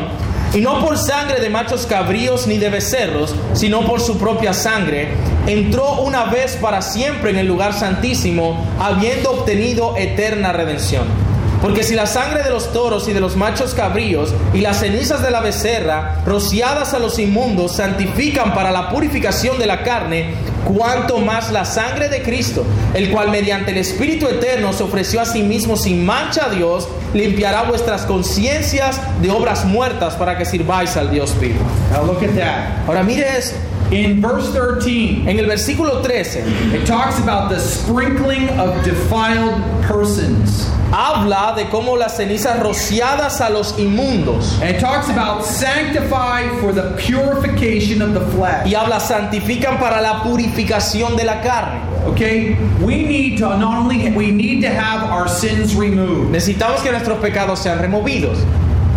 Speaker 1: y no por sangre de machos cabríos ni de becerros, sino por su propia sangre, entró una vez para siempre en el lugar santísimo, habiendo obtenido eterna redención. Porque si la sangre de los toros y de los machos cabríos y las cenizas de la becerra, rociadas a los inmundos, santifican para la purificación de la carne, cuanto más la sangre de Cristo, el cual mediante el Espíritu Eterno se ofreció a sí mismo sin mancha a Dios, limpiará vuestras conciencias de obras muertas para que sirváis al Dios vivo.
Speaker 2: Now look at that.
Speaker 1: Ahora mire esto.
Speaker 2: In verse 13,
Speaker 1: En el versículo 13
Speaker 2: It talks about the sprinkling of defiled persons.
Speaker 1: habla de cómo las cenizas rociadas a los inmundos
Speaker 2: And it talks about sanctified for the purification of the
Speaker 1: y
Speaker 2: flesh.
Speaker 1: habla santifican para la purificación de la carne.
Speaker 2: Okay? We need to not only we need to have our sins removed,
Speaker 1: Necesitamos que nuestros pecados sean removidos,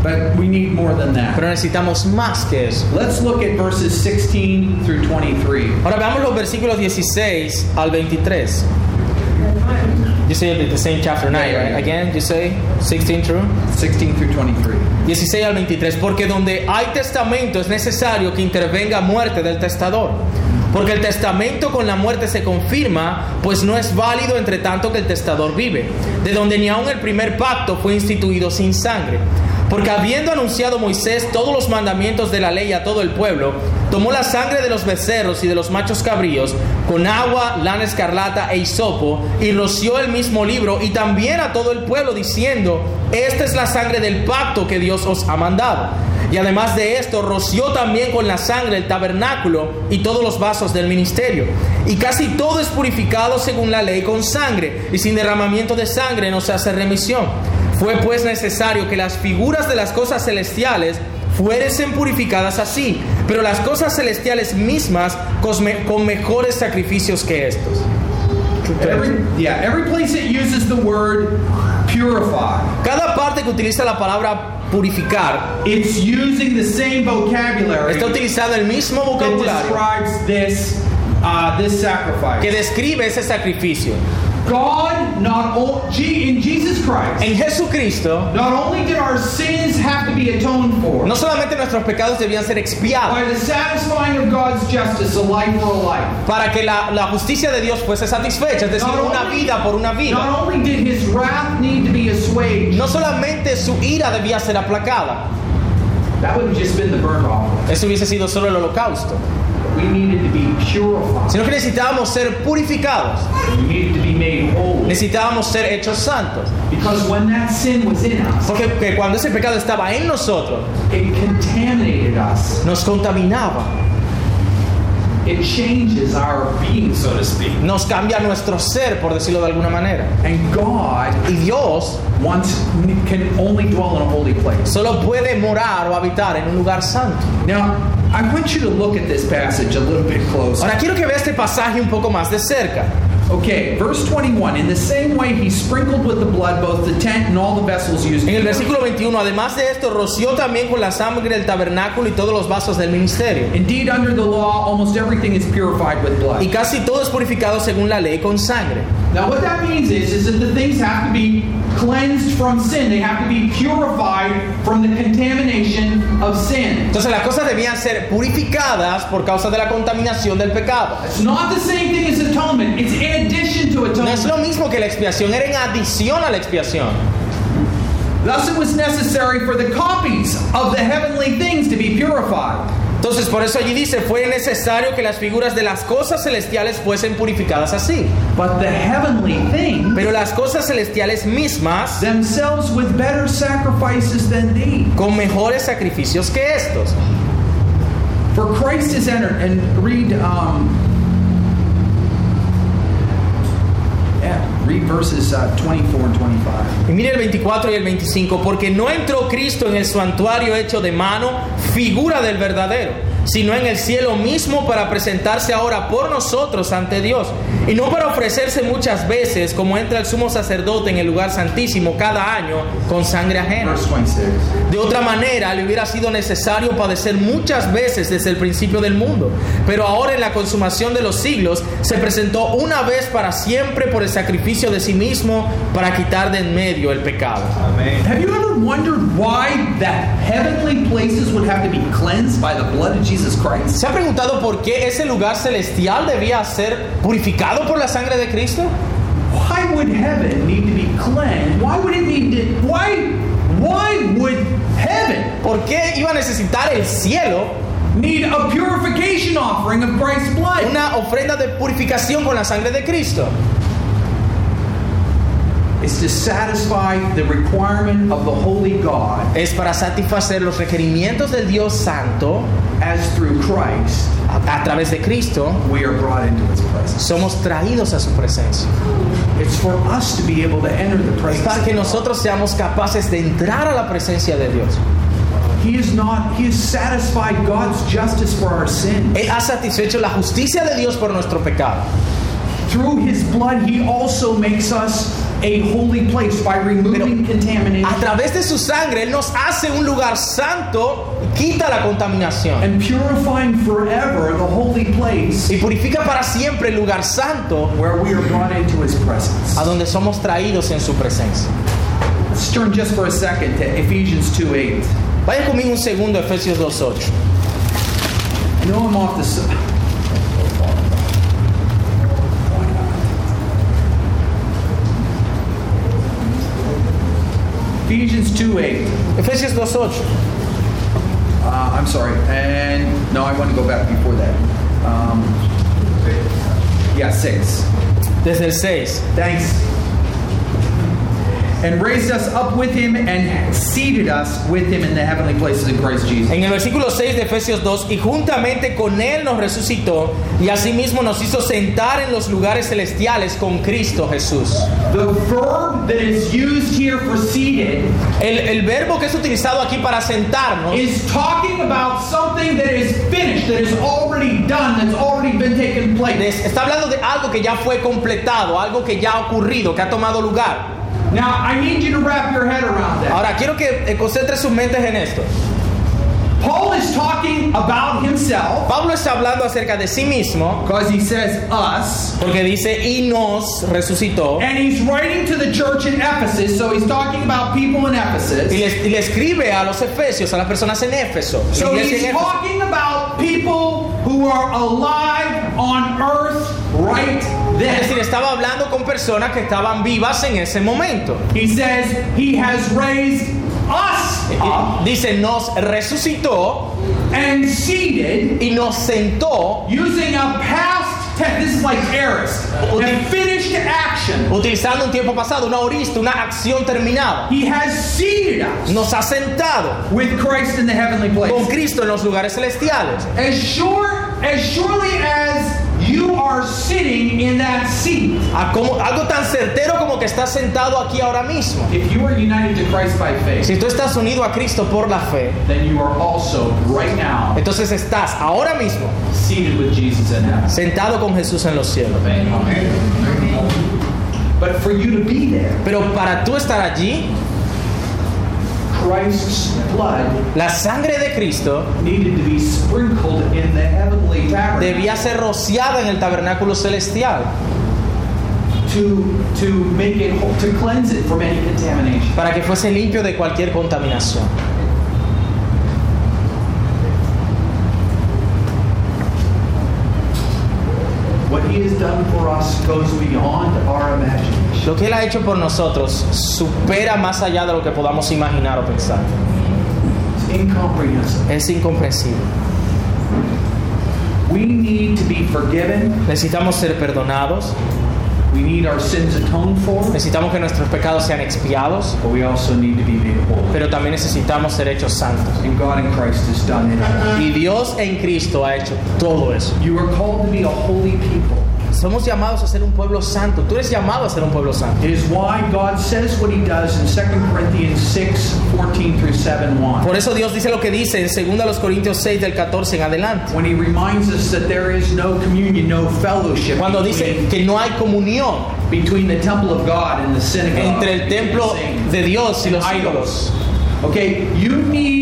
Speaker 2: but we need more than that.
Speaker 1: pero necesitamos más que eso.
Speaker 2: Let's look at verses 16 through 23.
Speaker 1: Ahora veamos los versículos 16 al 23. You say the same chapter 9,
Speaker 2: Yeah, yeah,
Speaker 1: right?
Speaker 2: yeah.
Speaker 1: Again, you say 16 true.
Speaker 2: 16 through 23.
Speaker 1: 16 al 23, porque donde hay testamento es necesario que intervenga muerte del testador. Porque el testamento con la muerte se confirma, pues no es válido entre tanto que el testador vive, de donde ni aun el primer pacto fue instituido sin sangre. Porque habiendo anunciado Moisés todos los mandamientos de la ley a todo el pueblo, tomó la sangre de los becerros y de los machos cabríos, con agua, lana escarlata e hisopo, y roció el mismo libro y también a todo el pueblo, diciendo, esta es la sangre del pacto que Dios os ha mandado. Y además de esto, roció también con la sangre el tabernáculo y todos los vasos del ministerio. Y casi todo es purificado según la ley con sangre, y sin derramamiento de sangre no se hace remisión. Fue pues necesario que las figuras de las cosas celestiales fuesen purificadas así, pero las cosas celestiales mismas cosme- con mejores sacrificios que estos.
Speaker 2: Every, yeah, every place it uses the word purify.
Speaker 1: Cada parte que utiliza la palabra purificar
Speaker 2: It's using the same vocabulary
Speaker 1: está
Speaker 2: that
Speaker 1: utilizando el mismo vocabulario
Speaker 2: describes this uh, this sacrifice.
Speaker 1: que describe ese sacrificio.
Speaker 2: God not o- Je- in Jesus Christ.
Speaker 1: En Jesucristo,
Speaker 2: Not only did our sins have to be atoned for
Speaker 1: no solamente nuestros pecados debían ser expiados
Speaker 2: by the satisfying of God's justice, a life for a life.
Speaker 1: para que la, la justicia de Dios fuese satisfecha, es decir, una vida por una vida.
Speaker 2: Not only did His wrath need to be assuaged.
Speaker 1: No solamente su ira debía ser aplacada,
Speaker 2: That would have just been the burnt offering.
Speaker 1: eso hubiese sido solo el holocausto,
Speaker 2: We needed to be purified.
Speaker 1: sino que necesitábamos ser purificados,
Speaker 2: We needed to be made whole.
Speaker 1: necesitábamos ser hechos santos,
Speaker 2: Because when that sin was in us,
Speaker 1: porque que cuando ese pecado estaba en nosotros,
Speaker 2: it contaminated us.
Speaker 1: nos contaminaba,
Speaker 2: It changes our being, so to speak.
Speaker 1: nos cambia nuestro ser, por decirlo de alguna manera.
Speaker 2: And God
Speaker 1: Y Dios
Speaker 2: wants can only dwell in a holy place.
Speaker 1: solo puede morar o habitar en un lugar santo.
Speaker 2: Now, I want you to look at this passage a little bit closer.
Speaker 1: Ahora quiero que vea este pasaje un poco más de cerca.
Speaker 2: Okay, verse 21. In the same way, he sprinkled with the blood both the tent and all the vessels used.
Speaker 1: En el versículo 21, además de esto, roció también con la sangre el tabernáculo y todos los vasos del ministerio.
Speaker 2: Indeed, under the law, almost everything is purified
Speaker 1: Y
Speaker 2: with blood.
Speaker 1: casi todo es purificado según la ley con sangre.
Speaker 2: Now, what that means is, is that the things have to be cleansed from sin. They have to be purified from the contamination of sin.
Speaker 1: Entonces las cosas debían ser purificadas por causa de la contaminación del pecado.
Speaker 2: It's not the same thing as atonement. It's in addition to
Speaker 1: No es
Speaker 2: atonement.
Speaker 1: lo mismo que la expiación, era en adición a la expiación.
Speaker 2: Thus it was necessary for the copies of the heavenly things to be purified.
Speaker 1: Entonces por eso allí dice, fue necesario que las figuras de las cosas celestiales fuesen purificadas así.
Speaker 2: But the heavenly things
Speaker 1: Pero las cosas celestiales mismas
Speaker 2: themselves with better sacrifices than these.
Speaker 1: con mejores sacrificios que estos.
Speaker 2: For Christ is entered, and read, um, yeah, read verses uh, 24 and 25.
Speaker 1: Y mire el 24 y el 25, porque no entró Cristo en el santuario hecho de mano, figura del verdadero, sino en el cielo mismo para presentarse ahora por nosotros ante Dios, y no para ofrecerse muchas veces como entra el sumo sacerdote en el lugar santísimo cada año con sangre ajena.
Speaker 2: Verse 26.
Speaker 1: De otra manera, le hubiera sido necesario padecer muchas veces desde el principio del mundo. Pero ahora en la consumación de los siglos, se presentó una vez para siempre por el sacrificio de sí mismo para quitar de en medio el pecado.
Speaker 2: Have you ever wondered why that heavenly places would have to be cleansed by the blood of Jesus Christ?
Speaker 1: ¿Se ha preguntado por qué ese lugar celestial debía ser purificado por la sangre de Cristo?
Speaker 2: Why would heaven need to be cleansed? Why would it need to? Why? Why would heaven
Speaker 1: ¿Por qué iba a necesitar el cielo
Speaker 2: need a purification offering of Christ's blood?
Speaker 1: una ofrenda de purificación con la sangre de Cristo?
Speaker 2: It's to satisfy the requirement of the holy God
Speaker 1: Es para satisfacer los requerimientos del Dios Santo
Speaker 2: as through Christ
Speaker 1: a- a través de Cristo
Speaker 2: we are brought into His presence.
Speaker 1: somos traídos a su presencia.
Speaker 2: It's for us to be able to enter the
Speaker 1: Es para
Speaker 2: presence.
Speaker 1: que nosotros seamos capaces de entrar a la presencia de Dios.
Speaker 2: He is not. He has satisfied God's justice for our sin
Speaker 1: Él ha satisfecho la justicia de Dios por nuestro pecado.
Speaker 2: through His blood. He also makes us a holy place by removing
Speaker 1: A
Speaker 2: contamination
Speaker 1: través de su sangre, Él nos hace un lugar santo, y quita la contaminación
Speaker 2: and purifying forever the holy place
Speaker 1: y purifica para siempre el lugar santo
Speaker 2: where we are brought into his presence.
Speaker 1: a donde somos traídos en su presencia.
Speaker 2: Let's turn just for a second to Ephesians 2 8.
Speaker 1: Vayan conmigo un segundo a Efesios 2.8.
Speaker 2: I know I'm off the. s- Ephesians 2 8.
Speaker 1: Efesios 2.8.
Speaker 2: Uh, I'm sorry. And no, I want to go back before that. Um, yeah, 6.
Speaker 1: Desde el 6.
Speaker 2: Thanks. And raised us up with him and seated us with him in the heavenly places in Christ Jesus.
Speaker 1: En el versículo 6 de Efesios 2, y juntamente con Él nos resucitó y asimismo nos hizo sentar en los lugares celestiales con Cristo Jesús.
Speaker 2: The verb that is used here for seated
Speaker 1: El, el verbo que es utilizado aquí para sentarnos
Speaker 2: is talking about something that is finished, that is already done, that's already been taken place.
Speaker 1: es- está hablando de algo que ya fue completado, algo que ya ha ocurrido, que ha tomado lugar.
Speaker 2: Now, I need you to wrap your head around that.
Speaker 1: Ahora, quiero que eh, concentre sus mentes en esto.
Speaker 2: Paul is talking about himself
Speaker 1: Pablo está hablando acerca de sí mismo,
Speaker 2: because he says us,
Speaker 1: porque dice, y nos resucitó.
Speaker 2: and he's writing to the church in Ephesus, so he's talking about people in
Speaker 1: Y
Speaker 2: Ephesus.
Speaker 1: le, y le escribe a los efesios, a las personas en Éfeso. la
Speaker 2: So
Speaker 1: iglesia en
Speaker 2: he's
Speaker 1: Éfeso.
Speaker 2: talking about people who are alive on earth right
Speaker 1: Es
Speaker 2: then.
Speaker 1: decir, estaba hablando con personas que estaban vivas en ese momento.
Speaker 2: He says he has raised us up
Speaker 1: Dice, nos resucitó
Speaker 2: and seated
Speaker 1: y nos sentó
Speaker 2: using a past tense. This is like aorist, a finished action.
Speaker 1: utilizando un tiempo pasado, una orista, una acción terminada.
Speaker 2: He has seated us
Speaker 1: Nos ha sentado
Speaker 2: with Christ in the heavenly
Speaker 1: con
Speaker 2: place.
Speaker 1: Cristo en los lugares celestiales.
Speaker 2: As sure as surely as you are sitting in that seat,
Speaker 1: A como- algo tan certero como que estás sentado aquí ahora mismo.
Speaker 2: if you are united to Christ by faith,
Speaker 1: Si tú estás unido a Cristo por la fe,
Speaker 2: then you are also right now
Speaker 1: entonces estás ahora mismo
Speaker 2: seated with Jesus in heaven.
Speaker 1: sentado con Jesús en los cielos.
Speaker 2: But for you to be there,
Speaker 1: Pero para tú estar allí,
Speaker 2: Christ's blood
Speaker 1: la sangre de Cristo
Speaker 2: needed to be sprinkled in the heavenly tabernacle
Speaker 1: debía ser rociada en el tabernáculo celestial
Speaker 2: to to make it whole, to cleanse it from any contamination.
Speaker 1: para que fuese limpio de cualquier contaminación.
Speaker 2: What He has done for us goes beyond our imagination.
Speaker 1: Lo que Él ha hecho por nosotros supera más allá de lo que podamos imaginar o pensar.
Speaker 2: It's incomprehensible.
Speaker 1: Es incomprensible.
Speaker 2: We need to be forgiven.
Speaker 1: Necesitamos ser perdonados,
Speaker 2: We need our sins atoned for,
Speaker 1: necesitamos que nuestros pecados sean expiados,
Speaker 2: but we also need to be made whole.
Speaker 1: pero también necesitamos ser hechos santos.
Speaker 2: And God in Christ has done it. all.
Speaker 1: Y Dios en Cristo ha hecho todo eso.
Speaker 2: You are called to be a holy people.
Speaker 1: Somos llamados a ser un pueblo santo. Tú eres llamado a ser un pueblo santo.
Speaker 2: It is why God says what He does in 2 Corinthians 6, 14 through 7, 1.
Speaker 1: Por eso Dios dice lo que dice en 2 los Corintios 6 del 14 en adelante.
Speaker 2: when he reminds us that there is no communion, no fellowship
Speaker 1: Cuando dice
Speaker 2: between,
Speaker 1: que no hay comunión
Speaker 2: between the temple of God and the synagogue.
Speaker 1: entre el templo
Speaker 2: between
Speaker 1: de Dios y
Speaker 2: the
Speaker 1: los ídolos.
Speaker 2: idols. Okay, you need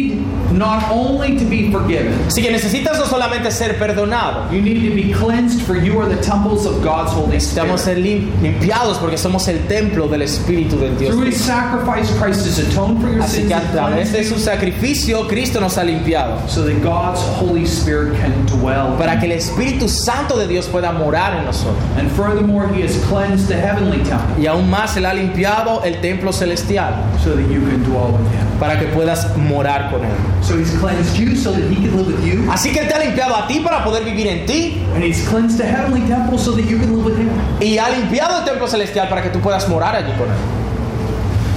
Speaker 2: not only to be forgiven,
Speaker 1: Así que necesitas no solamente ser perdonado,
Speaker 2: you need to be cleansed, for you are the temples of God's Holy
Speaker 1: necesitamos ser
Speaker 2: Spirit.
Speaker 1: lim- limpiados porque somos el templo del Espíritu del Dios.
Speaker 2: Through his sacrifice, Christ has atoned for your
Speaker 1: Así
Speaker 2: sins
Speaker 1: que a
Speaker 2: and
Speaker 1: través
Speaker 2: cleansed
Speaker 1: de su sacrificio Cristo nos ha limpiado
Speaker 2: you so that God's Holy Spirit can dwell.
Speaker 1: para que el Espíritu Santo de Dios pueda morar en nosotros.
Speaker 2: and furthermore, he has cleansed the heavenly temple
Speaker 1: Y aún más Él ha limpiado el templo celestial
Speaker 2: so that you can dwell with him.
Speaker 1: para que puedas morar con Él.
Speaker 2: So he's cleansed you so that he can live with you.
Speaker 1: Así que Él te ha limpiado a ti para poder vivir en ti
Speaker 2: And he's cleansed the heavenly temple so that you can live with him.
Speaker 1: y ha limpiado el templo celestial para que tú puedas morar allí con Él.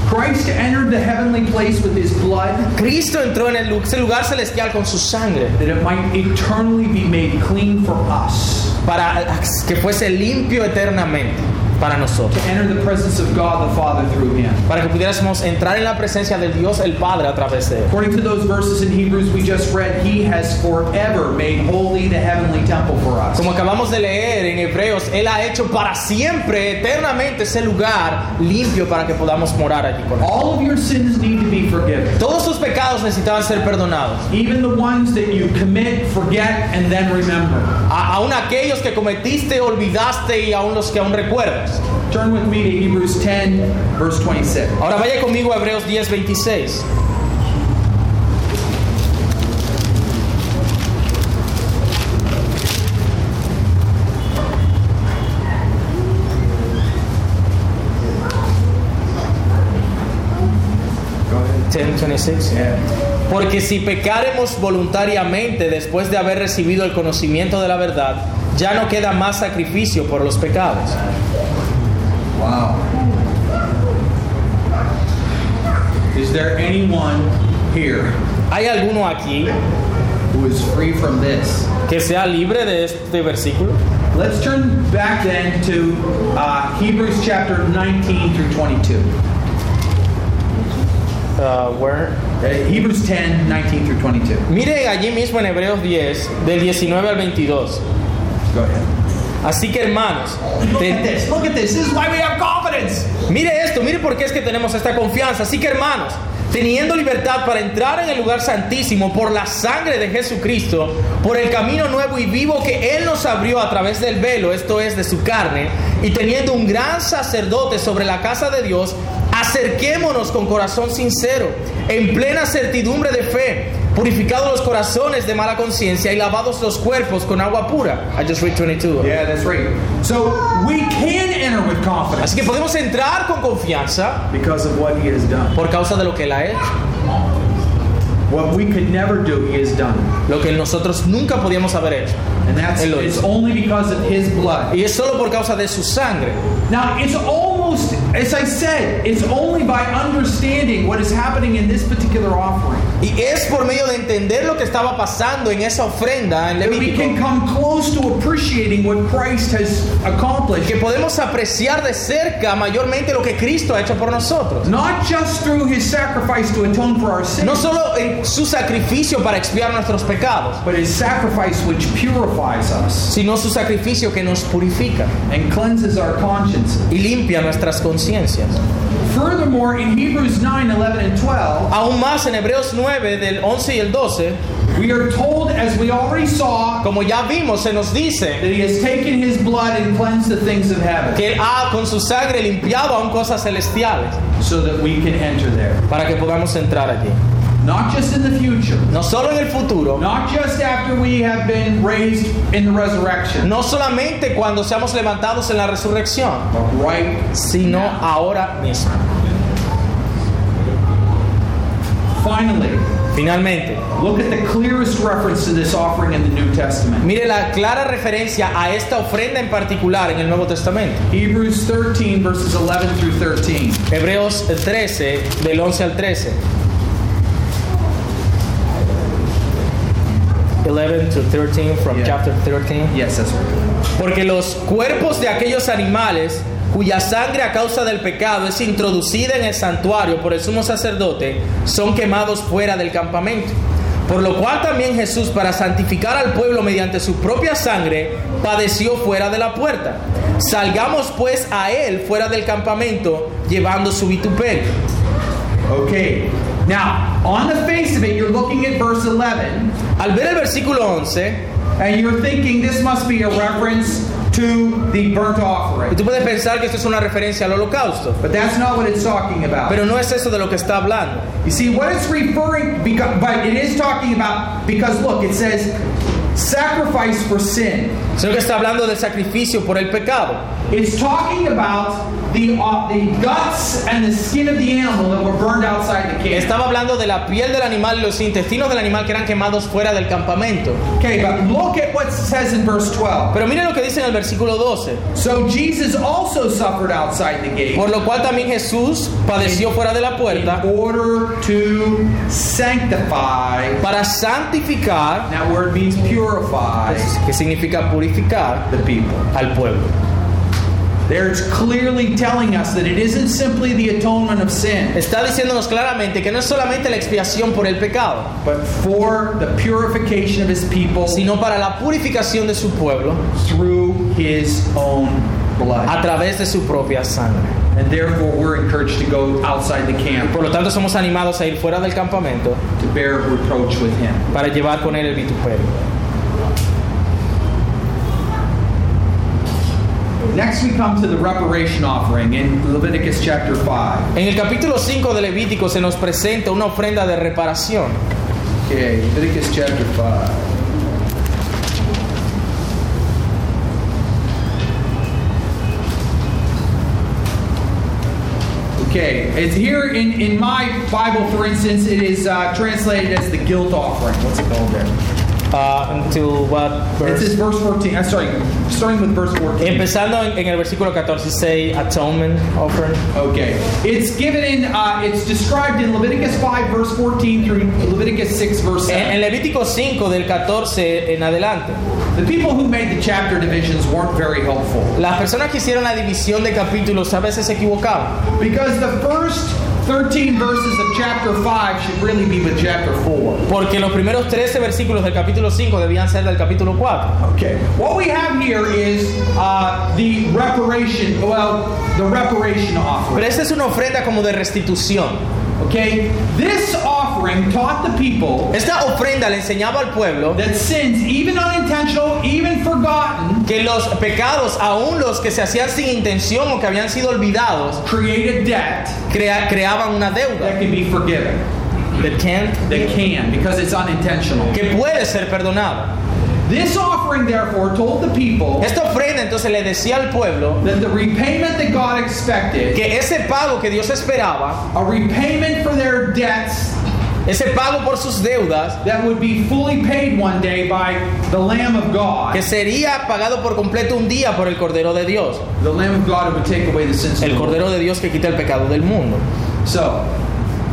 Speaker 2: Christ entered the heavenly place with his blood
Speaker 1: Cristo entró en el lu- ese lugar celestial con su sangre
Speaker 2: that it might eternally be made clean for us.
Speaker 1: para que fuese limpio eternamente para nosotros,
Speaker 2: To enter the presence of God the Father through him.
Speaker 1: para que pudiésemos entrar en la presencia de Dios el Padre a través de Él.
Speaker 2: According to those verses in Hebrews we just read, he has forever made holy the heavenly temple for us.
Speaker 1: Como acabamos de leer en Hebreos, Él ha hecho para siempre, eternamente, ese lugar limpio para que podamos morar allí con Él.
Speaker 2: All of your sins need to be forgiven.
Speaker 1: Todos sus pecados necesitaban ser perdonados.
Speaker 2: Even the ones that you commit, forget, and then remember.
Speaker 1: A- aún aquellos que cometiste, olvidaste y aún los que aún recuerdas.
Speaker 2: Turn with me to Hebrews 10, verse 26.
Speaker 1: Ahora vaya conmigo a Hebreos 10, 26.
Speaker 2: Go ahead.
Speaker 1: 10, 26.
Speaker 2: Yeah.
Speaker 1: Porque si pecaremos voluntariamente después de haber recibido el conocimiento de la verdad, ya no queda más sacrificio por los pecados.
Speaker 2: Wow. Is there anyone here
Speaker 1: ¿Hay alguno aquí
Speaker 2: who is free from this?
Speaker 1: que sea libre de este versículo?
Speaker 2: Let's turn back then to uh, Hebrews chapter 19 through 22.
Speaker 1: Uh, where?
Speaker 2: Uh, Hebrews 10, 19 through 22.
Speaker 1: Miren allí mismo en Hebreos 10, del 19 al 22.
Speaker 2: Go ahead.
Speaker 1: Así que hermanos,
Speaker 2: Look
Speaker 1: te-
Speaker 2: at this. Look at this. This is why we have confidence.
Speaker 1: Mire esto, mire por qué es que tenemos esta confianza. Así que hermanos, teniendo libertad para entrar en el lugar santísimo por la sangre de Jesucristo, por el camino nuevo y vivo que Él nos abrió a través del velo, esto es de su carne, y teniendo un gran sacerdote sobre la casa de Dios, acerquémonos con corazón sincero, en plena certidumbre de fe, purificados los corazones de mala conciencia y lavados los cuerpos con agua pura. I just read 22.
Speaker 2: Yeah, that's right. So we can enter with confidence
Speaker 1: Así que podemos entrar con confianza
Speaker 2: because of what he has done.
Speaker 1: por causa de lo que Él ha hecho.
Speaker 2: What we could never do, he has done.
Speaker 1: lo que nosotros nunca podíamos haber hecho.
Speaker 2: And that's
Speaker 1: Él lo
Speaker 2: it's
Speaker 1: hizo.
Speaker 2: only because of his blood.
Speaker 1: Y es solo por causa de su sangre.
Speaker 2: Now, it's almost, as I said, it's only by understanding what is happening in this particular offering
Speaker 1: Y es por medio de entender lo que estaba pasando en esa ofrenda en
Speaker 2: that we can
Speaker 1: Levítico
Speaker 2: come close to appreciating what Christ has accomplished.
Speaker 1: que podemos apreciar de cerca mayormente lo que Cristo ha hecho por nosotros.
Speaker 2: Not just through his sacrifice to atone for our sins,
Speaker 1: No solo en su sacrificio para expiar nuestros pecados,
Speaker 2: but his sacrifice which purifies us
Speaker 1: sino su sacrificio que nos purifica
Speaker 2: and cleanses our conscience.
Speaker 1: y limpia nuestras conciencias.
Speaker 2: Furthermore, in Hebrews 9, 11, and 12,
Speaker 1: Aún más en Hebreos 9 del 11 y el 12,
Speaker 2: we are told, as we already saw,
Speaker 1: como ya vimos, se nos
Speaker 2: that
Speaker 1: dice
Speaker 2: he has taken his blood and cleansed the things of heaven
Speaker 1: que él ha con su sangre limpiado aún cosas celestiales.
Speaker 2: so that we can enter there.
Speaker 1: para que podamos entrar allí.
Speaker 2: Not just in the future,
Speaker 1: No solo en el futuro,
Speaker 2: not just after we have been raised in the resurrection,
Speaker 1: no solamente cuando seamos levantados en la resurrección,
Speaker 2: but right
Speaker 1: sino ahora mismo.
Speaker 2: finally.
Speaker 1: Finalmente,
Speaker 2: Look at the clearest reference to this offering in the New Testament.
Speaker 1: mire la clara referencia a esta ofrenda en particular en el Nuevo Testamento.
Speaker 2: Hebrews 13, verses 11 through 13.
Speaker 1: Hebreos 13, del 11 al 13. 11 to 13 from
Speaker 2: Yeah.
Speaker 1: chapter 13.
Speaker 2: Yes, that's right.
Speaker 1: Porque los cuerpos de aquellos animales cuya sangre a causa del pecado es introducida en el santuario por el sumo sacerdote son quemados fuera del campamento. Por lo cual también Jesús, para santificar al pueblo mediante su propia sangre, padeció fuera de la puerta. Salgamos pues a él fuera del campamento, llevando su vituperio.
Speaker 2: Okay. Now, on the face of it, you're looking at verse 11.
Speaker 1: Al ver el versículo 11,
Speaker 2: and you're thinking this must be a reference to the burnt
Speaker 1: y
Speaker 2: offering.
Speaker 1: tú puedes pensar que esto es una referencia al holocausto,
Speaker 2: But that's not what it's talking about.
Speaker 1: pero no es eso de lo que está hablando.
Speaker 2: you see, what it's referring, because, but it is talking about, because look, it says sacrifice for sin.
Speaker 1: sino que está hablando del sacrificio por el pecado.
Speaker 2: It's talking about the, uh, the guts and the skin of the animal that were burned outside the camp.
Speaker 1: Estaba hablando de la piel del animal y los intestinos del animal que eran quemados fuera del campamento.
Speaker 2: Okay, but look at what it says in verse 12.
Speaker 1: Pero miren lo que dice en el versículo 12.
Speaker 2: So Jesus also suffered outside the gate
Speaker 1: Por lo cual también Jesús padeció fuera de la puerta
Speaker 2: in order to sanctify
Speaker 1: para santificar,
Speaker 2: That word means purify
Speaker 1: que significa purificar,
Speaker 2: the people.
Speaker 1: al pueblo.
Speaker 2: There it's clearly telling us that it isn't simply the atonement of sin,
Speaker 1: Está diciéndonos claramente que no es solamente la expiación por el pecado,
Speaker 2: but for the purification of his people
Speaker 1: sino para la purificación de su pueblo
Speaker 2: through his own
Speaker 1: a
Speaker 2: blood.
Speaker 1: través de su propia sangre.
Speaker 2: And therefore, we're encouraged to go outside the camp
Speaker 1: Por lo tanto, somos animados a ir fuera del campamento
Speaker 2: to bear reproach with him.
Speaker 1: para llevar con él el vituperio.
Speaker 2: Next, we come to the reparation offering in Leviticus chapter 5.
Speaker 1: En el capítulo 5 de Levítico se nos presenta una ofrenda de reparación.
Speaker 2: Okay, Leviticus chapter 5. Okay, it's here in, in my Bible, for instance, it is uh, translated as the guilt offering. What's it called there?
Speaker 1: Uh, until what
Speaker 2: It
Speaker 1: verse?
Speaker 2: says verse 14. I'm sorry, starting with verse 14.
Speaker 1: Empezando en, en el versículo 14, say atonement offering.
Speaker 2: Okay, it's given in, uh, it's described in Leviticus 5, verse 14 through Leviticus 6, verse
Speaker 1: En, en
Speaker 2: 7.
Speaker 1: Levítico 5 del 14 en adelante,
Speaker 2: The people who made the chapter divisions weren't very helpful.
Speaker 1: las personas que hicieron la división de capítulos a veces se equivocaban,
Speaker 2: Because the first 13 verses of chapter 5 should really be with chapter 4.
Speaker 1: Porque los primeros 13 versículos del capítulo 5 debían ser del capítulo 4.
Speaker 2: Okay. What we have here is uh, the reparation, well, the reparation
Speaker 1: Pero
Speaker 2: offering.
Speaker 1: esta es una ofrenda como de restitución.
Speaker 2: Okay? This offering taught the people
Speaker 1: Esta ofrenda le enseñaba al pueblo
Speaker 2: that sins, even unintentional, even forgotten,
Speaker 1: que los pecados, aun los que se hacían sin intención o que habían sido olvidados,
Speaker 2: create a debt
Speaker 1: crea- creaban una deuda
Speaker 2: that can be forgiven.
Speaker 1: that can't-
Speaker 2: That can, because it's unintentional.
Speaker 1: que puede ser perdonada.
Speaker 2: This offering, therefore, told the people
Speaker 1: Esta ofrenda entonces le decía al pueblo
Speaker 2: that the repayment that God expected,
Speaker 1: que ese pago que Dios esperaba,
Speaker 2: a repayment for their debts
Speaker 1: ese pago por sus deudas,
Speaker 2: that would be fully paid one day by the Lamb of
Speaker 1: que
Speaker 2: God,
Speaker 1: sería pagado por completo un día por el Cordero de Dios,
Speaker 2: the Lamb of God who would take away the sins of
Speaker 1: el
Speaker 2: the world.
Speaker 1: Cordero de Dios que quita el pecado del mundo.
Speaker 2: So,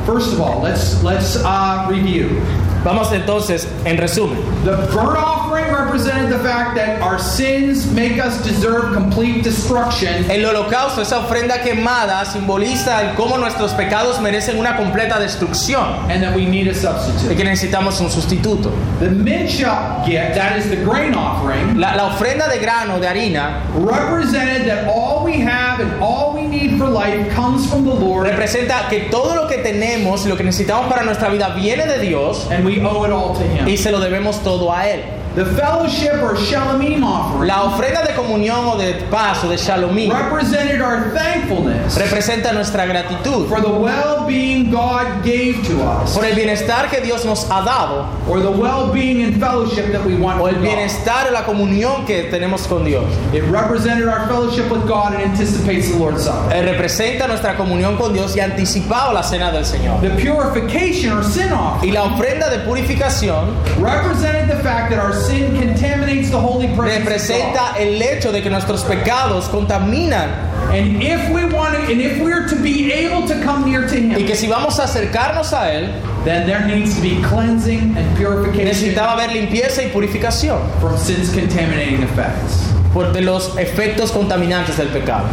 Speaker 2: first of all, let's let's uh, review.
Speaker 1: Vamos entonces, en resumen,
Speaker 2: The burnt offering represented the fact that our sins make us deserve complete destruction.
Speaker 1: el holocausto, esa ofrenda quemada, simboliza el cómo nuestros pecados merecen una completa destrucción
Speaker 2: And that we need a
Speaker 1: y
Speaker 2: substitute.
Speaker 1: que necesitamos un sustituto.
Speaker 2: The mincha gift, that is the grain offering,
Speaker 1: La, la ofrenda de grano, de harina,
Speaker 2: represented that all we have and all we need for life comes from the Lord,
Speaker 1: representa que todo lo que tenemos, lo que necesitamos para nuestra vida, viene de Dios
Speaker 2: and we owe it all to
Speaker 1: y
Speaker 2: Him.
Speaker 1: se lo debemos todo a Él.
Speaker 2: The fellowship or shalomim offering
Speaker 1: La ofrenda de comunión o de paz o de shalomí
Speaker 2: represented our thankfulness
Speaker 1: representa nuestra gratitud
Speaker 2: for the well-being God gave to us,
Speaker 1: por el bienestar que Dios nos ha dado
Speaker 2: or the well-being and fellowship that we want
Speaker 1: o el
Speaker 2: with God.
Speaker 1: bienestar o la comunión que tenemos con Dios.
Speaker 2: It represented our fellowship with God and anticipates the Lord's Supper.
Speaker 1: Eh, representa nuestra comunión con Dios y anticipado la cena del Señor.
Speaker 2: The purification or sin
Speaker 1: Y
Speaker 2: offering
Speaker 1: la ofrenda de purificación
Speaker 2: represented the fact that our sin contaminates the holy presence of God.
Speaker 1: representa el hecho de que nuestros pecados contaminan
Speaker 2: And if we want to, and if we're to be able to come near to
Speaker 1: y
Speaker 2: Him,
Speaker 1: que si vamos a acercarnos a Él,
Speaker 2: then there needs to be cleansing and purification
Speaker 1: necesitaba haber limpieza y purificación
Speaker 2: from sin's contaminating effects.
Speaker 1: por de los efectos contaminantes del pecado.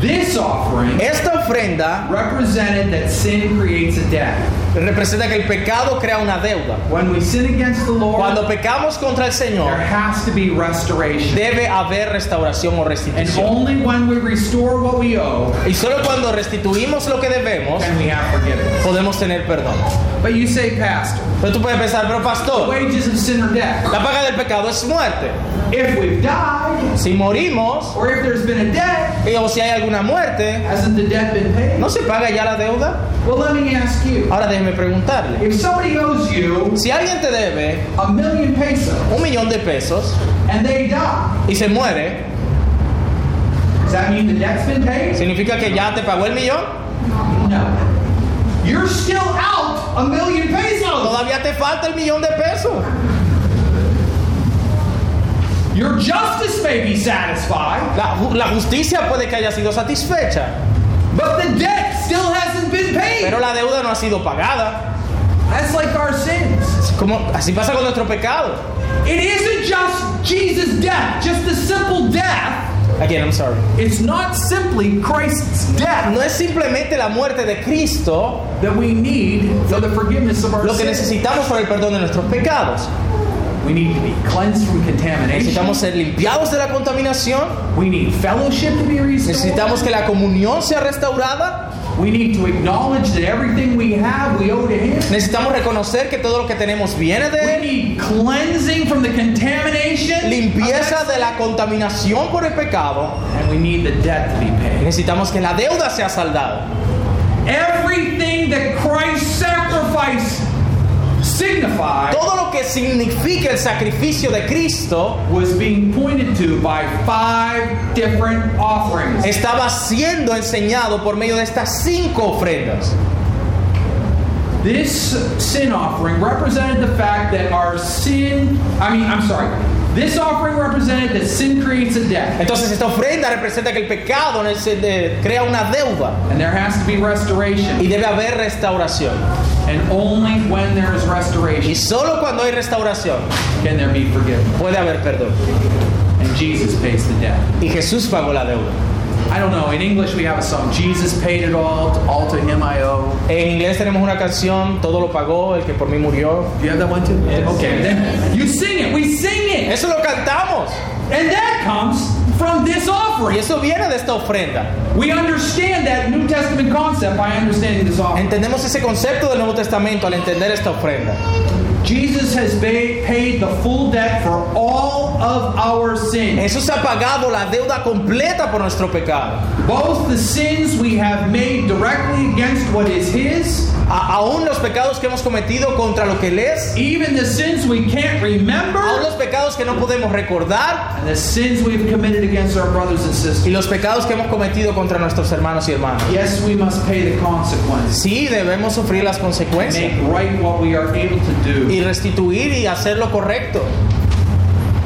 Speaker 2: This offering
Speaker 1: Esta ofrenda
Speaker 2: represented that sin creates a debt.
Speaker 1: representa que el pecado crea una deuda.
Speaker 2: When we sin against the Lord,
Speaker 1: Cuando pecamos contra el
Speaker 2: there
Speaker 1: Señor,
Speaker 2: has to be restoration.
Speaker 1: debe haber restauración o
Speaker 2: And
Speaker 1: restitución.
Speaker 2: only when we restore what we owe
Speaker 1: Y solo cuando restituimos lo que debemos,
Speaker 2: can we have forgiveness.
Speaker 1: podemos tener perdón.
Speaker 2: But you say, Pastor,
Speaker 1: Pero tú puedes pensar, pero
Speaker 2: the
Speaker 1: pastor,
Speaker 2: wages of sin are death.
Speaker 1: la paga del pecado es muerte.
Speaker 2: If we've died,
Speaker 1: Si morimos
Speaker 2: or if there's been a debt,
Speaker 1: eh, o si hay alguna muerte,
Speaker 2: hasn't the debt been paid?
Speaker 1: ¿no se paga ya la deuda?
Speaker 2: Well, let me ask you.
Speaker 1: Ahora déjeme preguntarle.
Speaker 2: If somebody owes you
Speaker 1: Si alguien te debe
Speaker 2: a million pesos
Speaker 1: un millón de pesos
Speaker 2: and they die,
Speaker 1: y se muere,
Speaker 2: does that mean the debt's been paid?
Speaker 1: ¿significa que ya te pagó el millón?
Speaker 2: No. You're still out a million pesos.
Speaker 1: Todavía te falta el millón de pesos.
Speaker 2: Your justice may be satisfied,
Speaker 1: La, ju- la justicia puede que haya sido satisfecha,
Speaker 2: but the debt still hasn't been paid.
Speaker 1: pero la deuda no ha sido pagada.
Speaker 2: That's like our sins.
Speaker 1: Como, así pasa con nuestro pecado.
Speaker 2: It isn't just Jesus' death, just the simple death.
Speaker 1: Again, I'm sorry.
Speaker 2: It's not simply Christ's death
Speaker 1: No es simplemente la muerte de Cristo
Speaker 2: that we need for the forgiveness of our
Speaker 1: lo que
Speaker 2: sins.
Speaker 1: necesitamos para el perdón de nuestros pecados.
Speaker 2: We need to be cleansed from contamination.
Speaker 1: Necesitamos ser limpiados de la contaminación.
Speaker 2: We need fellowship to be restored.
Speaker 1: Necesitamos que la comunión sea restaurada.
Speaker 2: We need to acknowledge that everything we have we owe to Him.
Speaker 1: Necesitamos reconocer que todo lo que tenemos viene de
Speaker 2: We
Speaker 1: Él.
Speaker 2: need cleansing from the contamination.
Speaker 1: Limpieza de la contaminación por el pecado.
Speaker 2: And we need the debt to be
Speaker 1: Y
Speaker 2: paid.
Speaker 1: necesitamos que la deuda sea saldada.
Speaker 2: Everything that Christ's sacrifice signified
Speaker 1: Todo lo que significa el sacrificio de Cristo
Speaker 2: was being pointed to by five different offerings.
Speaker 1: estaba siendo enseñado por medio de estas cinco ofrendas.
Speaker 2: This sin offering represented the fact that our sin, I mean, I'm sorry. This offering represented that sin creates a debt.
Speaker 1: Entonces esta ofrenda representa que el pecado en el- se- de- crea una deuda
Speaker 2: And there has to be
Speaker 1: y
Speaker 2: restoration.
Speaker 1: debe haber restauración.
Speaker 2: And only when there is
Speaker 1: Y
Speaker 2: restoration
Speaker 1: solo cuando hay restauración
Speaker 2: can there be forgiveness.
Speaker 1: puede haber perdón.
Speaker 2: And Jesus pays the debt.
Speaker 1: Y Jesús pagó la deuda.
Speaker 2: I don't know. In English, we have a song, Jesus paid it all, all to him I owe.
Speaker 1: En inglés tenemos una canción, todo lo pagó, el que por mí murió.
Speaker 2: Do you have that one too?
Speaker 1: Yes.
Speaker 2: Okay. Then you sing it. We sing it.
Speaker 1: Eso lo cantamos.
Speaker 2: And that comes from this
Speaker 1: Y
Speaker 2: offering.
Speaker 1: eso viene de esta ofrenda.
Speaker 2: We understand that New Testament concept by understanding this offering.
Speaker 1: Entendemos ese concepto del Nuevo Testamento al entender esta ofrenda.
Speaker 2: Jesus has ba- paid the full debt for all of our sins,
Speaker 1: Jesús ha pagado la deuda completa por nuestro pecado.
Speaker 2: both the sins we have made directly against what is His,
Speaker 1: A- aún los pecados que hemos cometido contra lo que Él es,
Speaker 2: even the sins we can't
Speaker 1: aún
Speaker 2: remember,
Speaker 1: los pecados que no podemos recordar
Speaker 2: and the sins we've committed against our brothers and
Speaker 1: y
Speaker 2: sisters.
Speaker 1: los pecados que hemos cometido contra nuestros hermanos y hermanas.
Speaker 2: Yes, we must pay the consequences,
Speaker 1: Sí, debemos sufrir las
Speaker 2: make
Speaker 1: consecuencias
Speaker 2: right what we are able to do,
Speaker 1: y restituir y hacer lo correcto.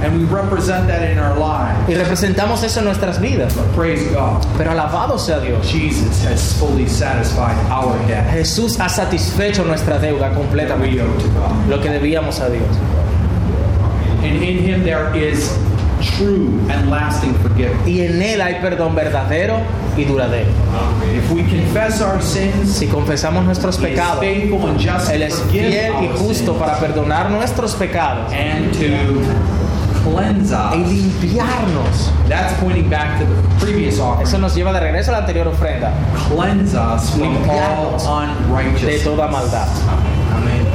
Speaker 2: and we represent that in our lives.
Speaker 1: Y representamos eso en nuestras vidas.
Speaker 2: Praise God.
Speaker 1: Pero alabado sea Dios.
Speaker 2: Jesus has fully satisfied our debt
Speaker 1: Jesús ha satisfecho nuestra deuda
Speaker 2: that we
Speaker 1: completamente,
Speaker 2: owe to God.
Speaker 1: lo que debíamos a Dios.
Speaker 2: And in Him there is true and lasting forgiveness.
Speaker 1: Y en Él hay perdón verdadero y duradero.
Speaker 2: If we confess our sins,
Speaker 1: Si confesamos nuestros
Speaker 2: He is
Speaker 1: pecados,
Speaker 2: faithful and just
Speaker 1: Él
Speaker 2: to
Speaker 1: es
Speaker 2: forgive
Speaker 1: fiel y
Speaker 2: our
Speaker 1: justo
Speaker 2: sins
Speaker 1: para perdonar nuestros pecados
Speaker 2: and to cleanse
Speaker 1: y
Speaker 2: us.
Speaker 1: limpiarnos.
Speaker 2: That's pointing back to the previous
Speaker 1: Eso
Speaker 2: offering.
Speaker 1: nos lleva de regreso a la anterior ofrenda
Speaker 2: Cleanse us from all
Speaker 1: Limpiarnos de
Speaker 2: unrighteousness.
Speaker 1: toda maldad.
Speaker 2: Amen.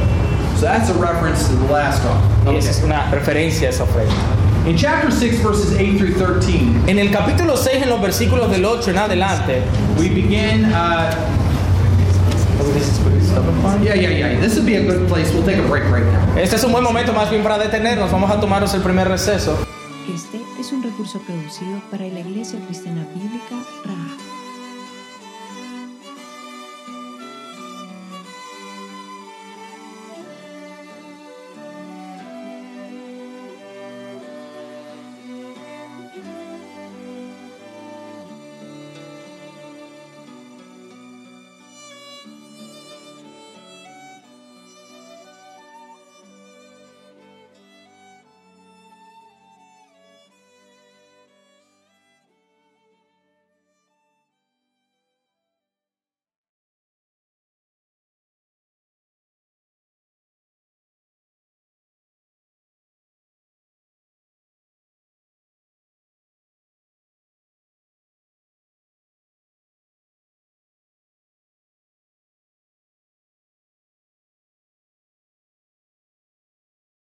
Speaker 2: So that's a reference to the last
Speaker 1: Y esa es
Speaker 2: offering.
Speaker 1: una referencia a esa ofrenda.
Speaker 2: In chapter 6, verses 8 through 13,
Speaker 1: En el capítulo 6, en los versículos del 8 en adelante,
Speaker 2: we begin. Uh, yeah, yeah, yeah. This would be a good place. We'll take a break right now.
Speaker 1: este es un buen momento más bien para detenernos. Vamos a tomaros el primer receso.
Speaker 3: Este es un recurso producido para la Iglesia Cristiana Bíblica Raha.